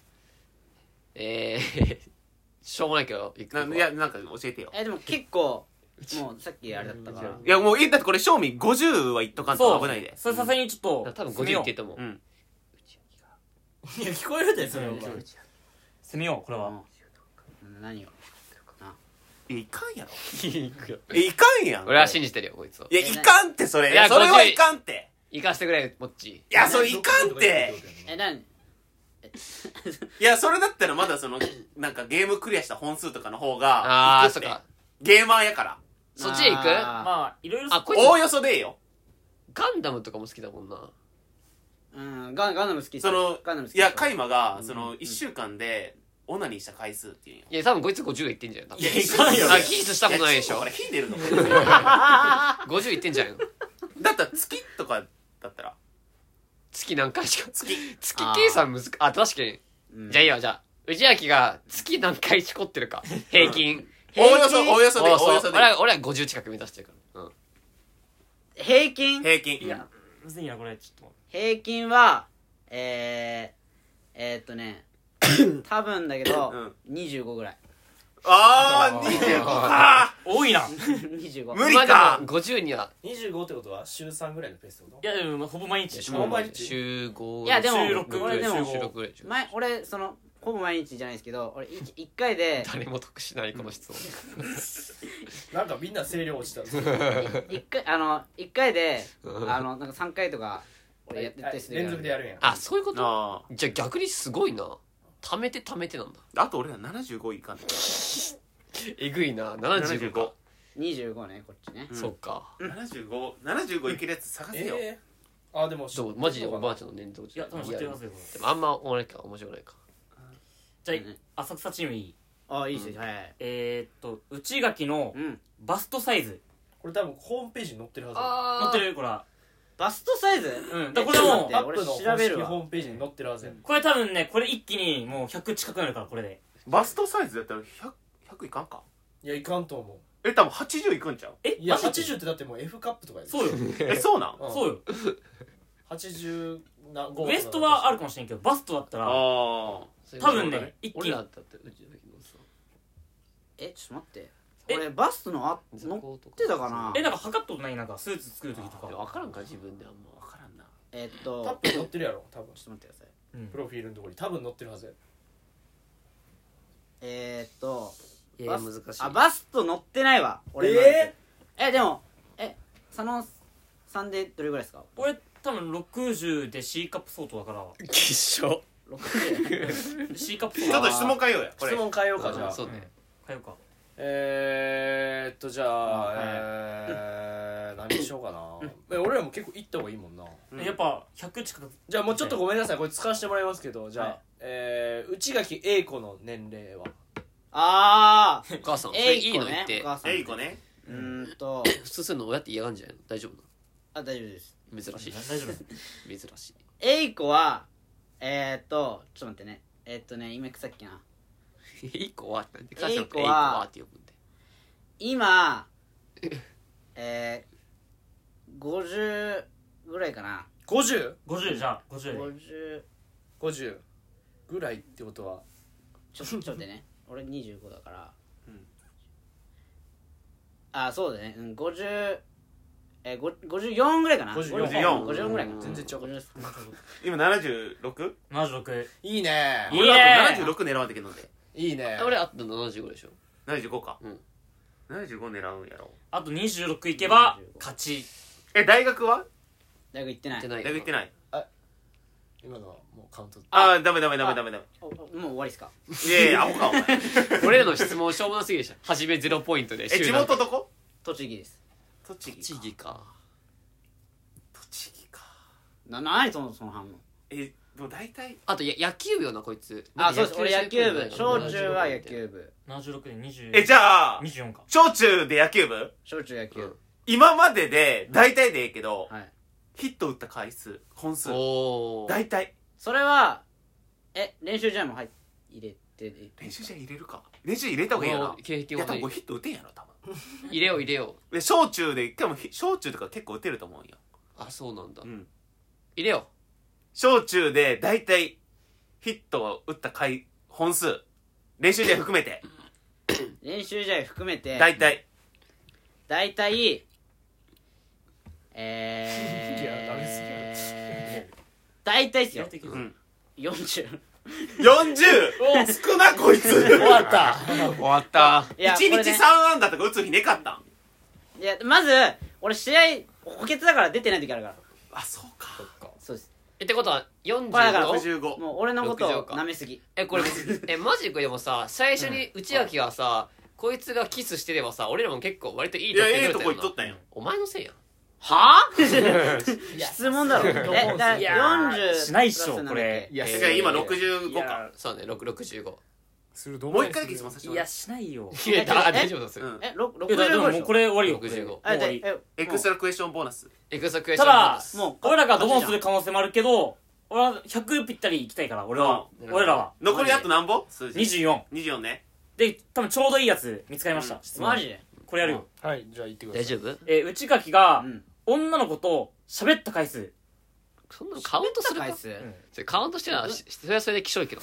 S2: えー しょうもないけど行くと
S5: な
S2: こ
S5: いやなんか教えてよ
S4: えでも結構もうさっきあれだったから
S5: いやもうえだってこれ賞味50はいっとかんと危ないで
S3: それさすがにちょっと
S2: 多分50
S3: 攻
S2: って
S3: めよう
S2: 言ってたもん
S5: うん
S1: いや聞こえるでそれお前
S3: 攻めようこれは
S4: うん何を
S5: いやいかんやろ
S2: 行くよ
S5: えいかんや ん
S2: 俺は信じてるよこいつを
S5: いやいかんってそれ
S2: いや
S5: それは
S2: 50
S5: いかんって
S2: 行かせてくれもっち
S5: いやそれいかんって
S4: え何
S5: いやそれだったらまだそのなんかゲームクリアした本数とかの方が
S2: あ
S5: い
S2: あ
S5: く
S2: そっ
S5: っ
S2: てか
S5: ゲーマーやから
S2: そっちへ行くあ
S3: ま
S4: あ
S3: あいろいろ
S2: こいつ
S5: おおよそでええよ
S2: ガンダムとかも好きだもんな
S4: ー うんガンガンダム好きです
S5: その
S4: ガンダム好き
S5: いやカイマがその1週間でオナニーした回数っていうんよ
S2: いや多分こいつ50行ってんじゃん多分
S5: いかんよ
S2: あキスしたことないでしょ
S5: これ火出るの
S2: 50行ってんじゃん
S5: だったら月とかだったら
S2: 月何回しか
S5: 月
S2: 月計算難しあ確かに、
S4: うん
S2: じゃあいいわじゃあ内明が月何回しこってるか平均
S5: おおよそおおよそで
S2: お
S5: お
S2: お
S5: およ
S2: よ
S5: そ
S2: そ
S5: で
S2: 俺は俺は50近く目指してるから、うん、
S4: 平均
S5: 平均いや
S3: むずいなこれちょっと
S4: 平均はえー、えーっとね多分だけど、25ぐらい
S5: あー、25か
S3: 多いな。
S4: 25
S5: 無理か
S2: まあでも50には
S1: 25ってことは週3ぐらいのペースってこ
S3: いや、でもほぼ毎日。
S1: ほぼ毎日
S2: 週5
S4: いやでも
S2: 週6ぐらい
S4: 俺でも
S2: 週6ぐらい
S4: 前俺そのほぼ毎日じゃないですけど俺 1, 回で
S2: 誰も得しないこの質問
S1: となんかみんな声量落ちたんですよ
S4: 一回あの一回であのなんか3回とか俺やってたりする
S1: 連続でやるんや
S2: あそういうこと
S5: あ
S2: じゃあ逆にすごいな貯めて貯めてなんだ
S5: ーあと俺ら75いかんね
S2: えぐいな75か
S4: 25ねこっちね
S5: うん
S2: そうか
S5: 7575いけるやつ探せよ、
S1: えー、あでも
S2: でもマジでおばあちゃんの年頭
S3: いや、多分知ってますよ。
S2: でもあんま俺か面白くないか
S3: じゃあ、浅草チームいい。
S4: あいいっすよはいはい
S3: えー、っと、内垣の
S4: うん
S3: バストサイズ。
S1: これ多分ホームページに載ってるはず
S3: 持
S2: あ
S3: ってるこれは。
S4: バストサイズ
S3: うん。だからこれ
S4: えちょっと待
S3: も
S4: って
S3: う、
S1: アップの
S4: 俺調
S1: 公
S4: べ
S1: 式
S4: るわ
S1: ホームページに載ってるはずや
S3: これ多分ね、これ一気にもう100近くなるから、これで。
S5: バストサイズだったら 100, 100いかんか
S1: いやいかんと思
S5: え多分80いくんちゃう
S3: え
S1: ういや
S3: マジで
S1: 80ってだってもう F カップとかやで
S3: そうよ。
S5: えそうなん
S1: うん
S3: そうよ。
S1: 85
S3: ウエストはあるかもしれんけど、バストだったら、
S5: あ
S2: ー
S3: 多分ね一気に
S2: 俺らだったってうちの時のさ
S4: えちょっと待って
S3: え
S4: 俺バストのあ
S2: 雑
S4: の
S2: 魚と
S4: 乗ってたかな
S3: え、なんか測ったことないなんか、スーツ作る時と
S2: で
S3: か。
S2: 分からんか自分であんま分からんな
S4: えっ
S1: タ
S4: と
S1: ップに載ってるやろ多分
S4: ちょっと待ってください
S3: うん
S1: プ。ロフィールのところに多分載ってるはずや
S4: えっと
S2: いやいや
S4: バ
S2: 難
S4: ス
S2: しい
S4: あバスト乗ってないわ俺今
S1: え
S4: えでもえ佐野さんでどれぐらいですか
S3: これ多分60で C カップ相当だから、
S2: 決勝
S4: 60
S3: C カップ
S5: ちょ
S3: 相
S5: っ
S3: 当
S5: と質問変えようやこれ
S1: 質問変えようかじゃあ
S2: そうね
S3: 変えようか。
S1: えー、っとじゃあ、
S4: うんはい
S1: えー、何しようかなえ俺らも結構行った方がいいもんな
S5: うん
S3: やっぱ100近く
S1: じゃあもうちょっとごめんなさいこれ使わせてもらいますけどじゃあ、
S3: はい
S1: えー、内垣英子の年齢は
S4: ああ
S2: お母さんそ
S4: え
S2: れ
S4: い
S2: いい
S4: こ
S2: の言
S4: ね
S2: って
S4: お母さん
S5: えいこね
S4: うーんと
S2: 普通するの親って嫌がんじゃないの大丈夫
S4: あ大丈夫です
S2: なの珍しい
S3: 大丈夫
S2: 珍しい
S4: えいこはえー、っとちょっと待ってねえーっとね今さっきな
S2: えい こはってなんで
S4: え
S2: え
S4: い
S2: い
S4: こ
S2: こ
S4: は
S2: はって呼ぶんで
S4: 今えー、50ぐらいかな
S1: 50?50
S3: 50じゃあ50
S4: 50
S1: ぐらいってことは
S4: ちょちょっと待ってね俺25だから、
S5: うん
S4: あそうだねうん50えー、ご54ぐらいかな
S1: 54
S4: 54, 54ぐらいかな
S1: 全然違う
S4: 53
S5: 今 76?
S3: 76
S1: いいね
S3: いいね
S5: 俺あと76狙わんだけどで
S1: いいね
S2: 俺あと75でしょ
S5: 75か、
S2: うん
S5: 75狙うんやろ
S3: あと26いけば
S4: 25
S3: 勝ち
S5: え大学は
S4: 大学行ってな
S2: 言っ
S4: い
S2: てな
S5: 大
S2: い
S5: 学行ってないい
S1: 今のはもうカウント
S5: ああダメダメダメダメダメ
S4: おおもう終わりっすか
S5: いやいやアホかお 前
S2: 俺らの質問しょうもなすぎでしょ初めゼロポイントで
S5: え地元どこ
S4: 栃木です
S5: 栃木
S2: 地
S5: か
S2: 域か
S5: 栃木か
S4: な何そのその反応
S5: えでも大体
S2: あとや野球部よなこいつ
S4: あそうです俺野球部
S2: 小
S4: 小中は野球部
S3: 76で20
S5: えじゃあ
S3: 24か
S5: 小中で野球部
S4: 小中野球、
S2: うん
S5: 今までで大体でええけど、
S4: はい
S5: ヒット打った回数本数
S2: おお
S5: 大体
S4: それはえ練習試合も入っ入れて
S5: 練習試合入れるか練習入れた方がいいよな
S2: 経
S5: い
S2: 験
S5: や
S2: は
S5: 多
S2: な
S5: 分
S2: い
S5: これヒット打てんやろ多分
S2: 入れよう入れよ
S5: で小中ででもひ小中とか結構打てると思うんよ
S2: うあそうなんだ
S5: うん
S2: 入れよ
S5: 小中で大体ヒットを打った回本数練習試合含めて
S4: 練習試合含めて
S5: 大体
S4: 大体
S1: いやダメすぎる
S4: えー、大体っすよ
S3: 的
S5: うん
S4: 40
S5: 40! 少なこいつ終
S1: 終わった
S2: 終わった
S4: いや
S5: 1日
S4: これね
S5: 3安打とか打つ日ねかったん
S4: いやまず俺試合補欠だから出てない時あるから
S5: あそうか
S4: そうです
S2: えってことは
S4: これだから
S2: 45
S5: 65
S4: もう俺のこと
S2: 60
S4: を
S2: か
S4: 舐めすぎ
S2: えこれえマジでこれでもさ最初に内垣がさ、こいつがキスしてればさ俺らも結構割といい
S5: いやええ
S2: 取
S5: と
S2: て
S5: こ
S2: くれ
S5: 行ったと
S2: よな
S5: ったんよ
S2: お前のせいやん
S4: はぁ 質問だろえ
S1: そう
S4: だから
S1: い
S2: や
S4: 40
S3: しないっしょ
S4: プラスんだっけ
S3: これ
S1: いや
S2: え
S5: だ
S2: ー
S5: から今
S1: い
S5: 65か
S1: や
S2: そうね665
S1: するど
S5: もう一回だけ質問させて
S3: い
S5: もら
S3: や
S5: う
S3: しないよ
S2: いやだ大丈夫だす、
S5: うん
S4: えろ65
S3: いやだでもも
S4: でし
S3: う
S4: ょ
S3: これ終わりよこれ
S2: 65
S3: もう
S4: あ
S3: 終わ
S4: で
S3: り
S4: え
S5: エクストラクエスチョンボーナス
S2: エクストラクエス
S3: た
S2: チョンボーナ
S3: だ
S2: ス
S4: もう
S3: 俺らがドボンする可能性もあるけど俺は100ぴったりいきたいから俺は
S2: うん
S3: 俺らは
S5: 残りあと何本数字
S3: 24
S5: 24ね
S3: で多分ちょうどいいやつ見つかりました質問
S4: マジで
S3: これやるよ
S1: はいじゃあ行ってください
S2: 大丈夫
S3: えー内垣が
S4: うん
S3: 女の子と喋った回数
S2: そんなのカウントする
S4: 回
S2: か
S4: 数
S2: それカウントしてるのはしそれはそれできしょいけど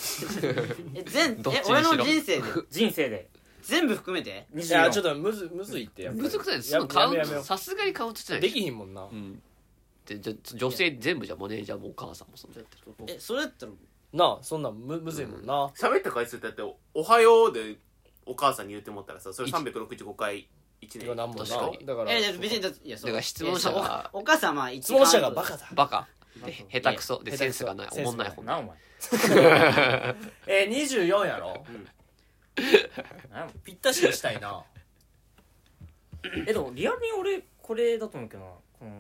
S4: え全
S2: どっち
S4: え
S2: にしろ
S4: 俺の人生で
S3: 人生で
S4: 全部含めて
S3: 24
S1: いやちょっとむずむずいってやっぱり
S2: むずくないそ
S1: や
S2: のカウン
S1: やめよ
S2: ト
S1: うや
S2: さすがにカウントしてな
S1: めようで
S2: いで
S1: き
S2: し
S1: ひんもんな
S5: うん
S2: ょでじゃ女性全部じゃマネージャーもお母さんもそんなやってる
S4: えそれだったら
S1: なあそんなんむむずいもんな
S5: 喋った回数だってお「おはよう」でお母さんに言って思ったらさそれ
S2: 一
S5: 365回1
S1: てかなん
S5: 年
S1: もな
S2: 確かに
S1: だから
S4: えだって別にだっていやそう
S2: だから質問者
S4: いや
S2: が
S4: そうおお母さんは一
S1: 質問者がバカだ
S2: バカで下手くそでセンスがない
S1: セ
S2: お
S1: ンスがない
S2: もんない本
S3: なお前
S1: え二24やろ
S3: なんや
S1: ぴったしにしたいな
S3: お前えでもリアルに俺これだと思うけどなこの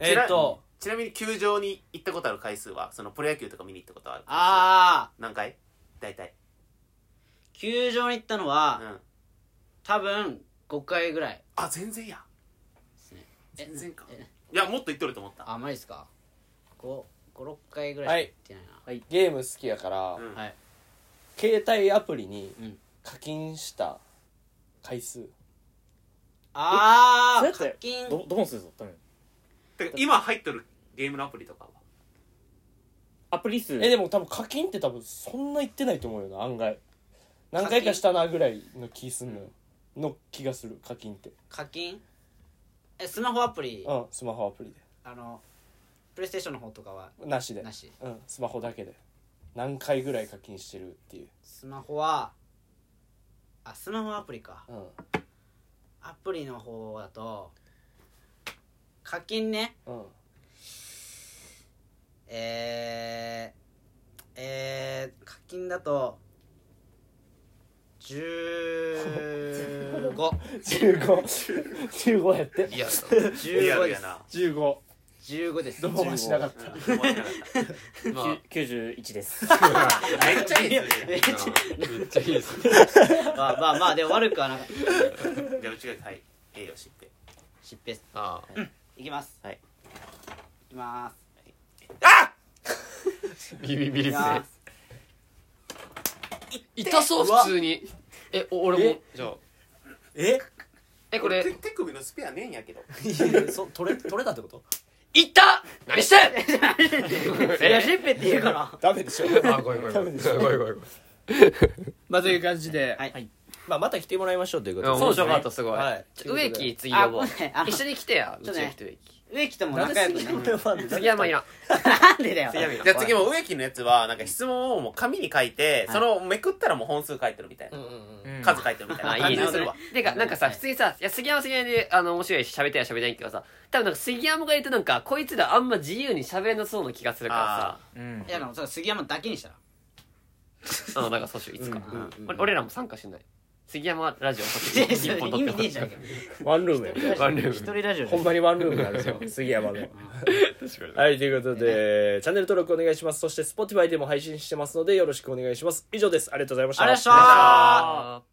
S1: えーっと
S5: ちなみに球場に行ったことある回数はそのプロ野球とか見に行ったことある
S4: ああ
S5: 何回大体
S4: 球場に行ったの
S5: う
S4: は
S5: ん
S4: 多分5回ぐらい
S5: あ全然や
S4: え
S5: 全然か
S4: え
S5: いやもっと行っとると思った
S4: あまりですか56回ぐらいしか行ってないな、
S1: ゲーム好きやから
S5: うん
S4: はい
S1: 携帯アプリに
S4: うん
S1: 課金した回数
S4: あ
S3: それ
S4: あ
S3: だって
S4: 課金
S3: ドドボンするぞ多分
S5: てか今入っとるゲームのアプリとかは
S3: アプリ数
S1: えでも多分課金って多分そんな言ってないと思うよな案外何回かしたなぐらいの気すんのよの気がする課金って
S4: 課金えスマホアプリ
S1: うんスマホアプリで
S4: あのプレイステーションの方とかは
S1: なしで
S4: なし
S1: うんスマホだけで何回ぐらい課金してるっていう
S4: スマホはあスマホアプリか
S1: うん
S4: アプリの方だと課金ね
S1: うん
S4: えー、えー、課金だと1515
S1: 1515やって
S2: いや
S5: リアル
S4: で
S5: や
S4: す
S5: な
S1: 15
S4: 15です
S1: ドボンはしなかった
S5: うん思わなかった
S2: ま あ
S3: 91です
S5: めっちゃいいです
S4: めっ
S5: ね
S4: ち
S2: めっちゃいいですね
S4: ゃまあまあまあでも悪くはなかった
S5: じゃあうちがはい A を知って
S4: 失敗です
S2: ああ
S4: いきます
S5: はい
S4: いきます
S2: ビビビ
S4: いき
S2: リですね
S4: ます
S2: 痛そう普通にえお俺もじゃあ
S1: え
S2: えこ
S5: 手
S2: れ
S5: 手首のスペアねえんやけど
S1: そ取れ取れたってこと
S2: いった何 してん
S4: いや、シッペって言うから。
S1: ダメでしょ
S2: あごめんごめんごめんごめんごめん
S1: まあという感じで、
S4: はい
S3: はい
S1: まあ、また来てもらいましょうということで
S2: 面白かったすごい
S1: はい
S2: ちょ植木次
S4: あ、
S2: 呼
S4: ご
S2: ぼう
S4: めん。あの
S2: 一緒に来てやう
S4: ち
S2: ち
S4: ょっ
S2: の
S4: とね
S2: 人植木
S4: 植木とも
S1: なん
S4: 仲
S1: で杉山
S4: 良くね。
S1: は
S2: 杉山いらん
S4: なんでだよ。
S2: 杉山いらん
S5: じゃあ次も植木のやつはなんか質問をもう紙に書いて、そのめくったらもう本数書いてるみたいな、
S3: うん
S5: 数書いてるみたい
S2: あ
S5: ない感
S2: い
S5: じ
S2: です
S5: にす
S2: ね
S5: るわ。
S2: てか、なんかさ、普通にさ、いや、杉山は杉山で、あの、面白いし、喋りたいし、喋りたいけどさ、多分なんか杉山がいるとなんか、こいつらあんま自由に喋れなそうな気がするか
S3: うん
S4: いや、でもそれ杉山だけにしたら。
S2: らさ、あの、なんかそうしよう、いつか
S5: うんうんうん。
S2: 俺俺らも参加しない。杉山ラジオ、
S4: いや、そ
S2: 一
S4: れ
S2: 本
S4: 意味ねえ
S2: 取っ
S4: じ
S2: て
S4: ゃ
S2: も
S4: んけ。
S1: ワンルームやね
S2: ワンルーム
S4: 一人ラジオ
S1: ほん
S4: で。
S1: まにワンルームなんですよ杉山のはいということで、チャンネル登録お願いしますそして Spotify でも配信してますのでよろしくお願いします以上ですありがとうございました
S4: ありがとうございました
S2: あー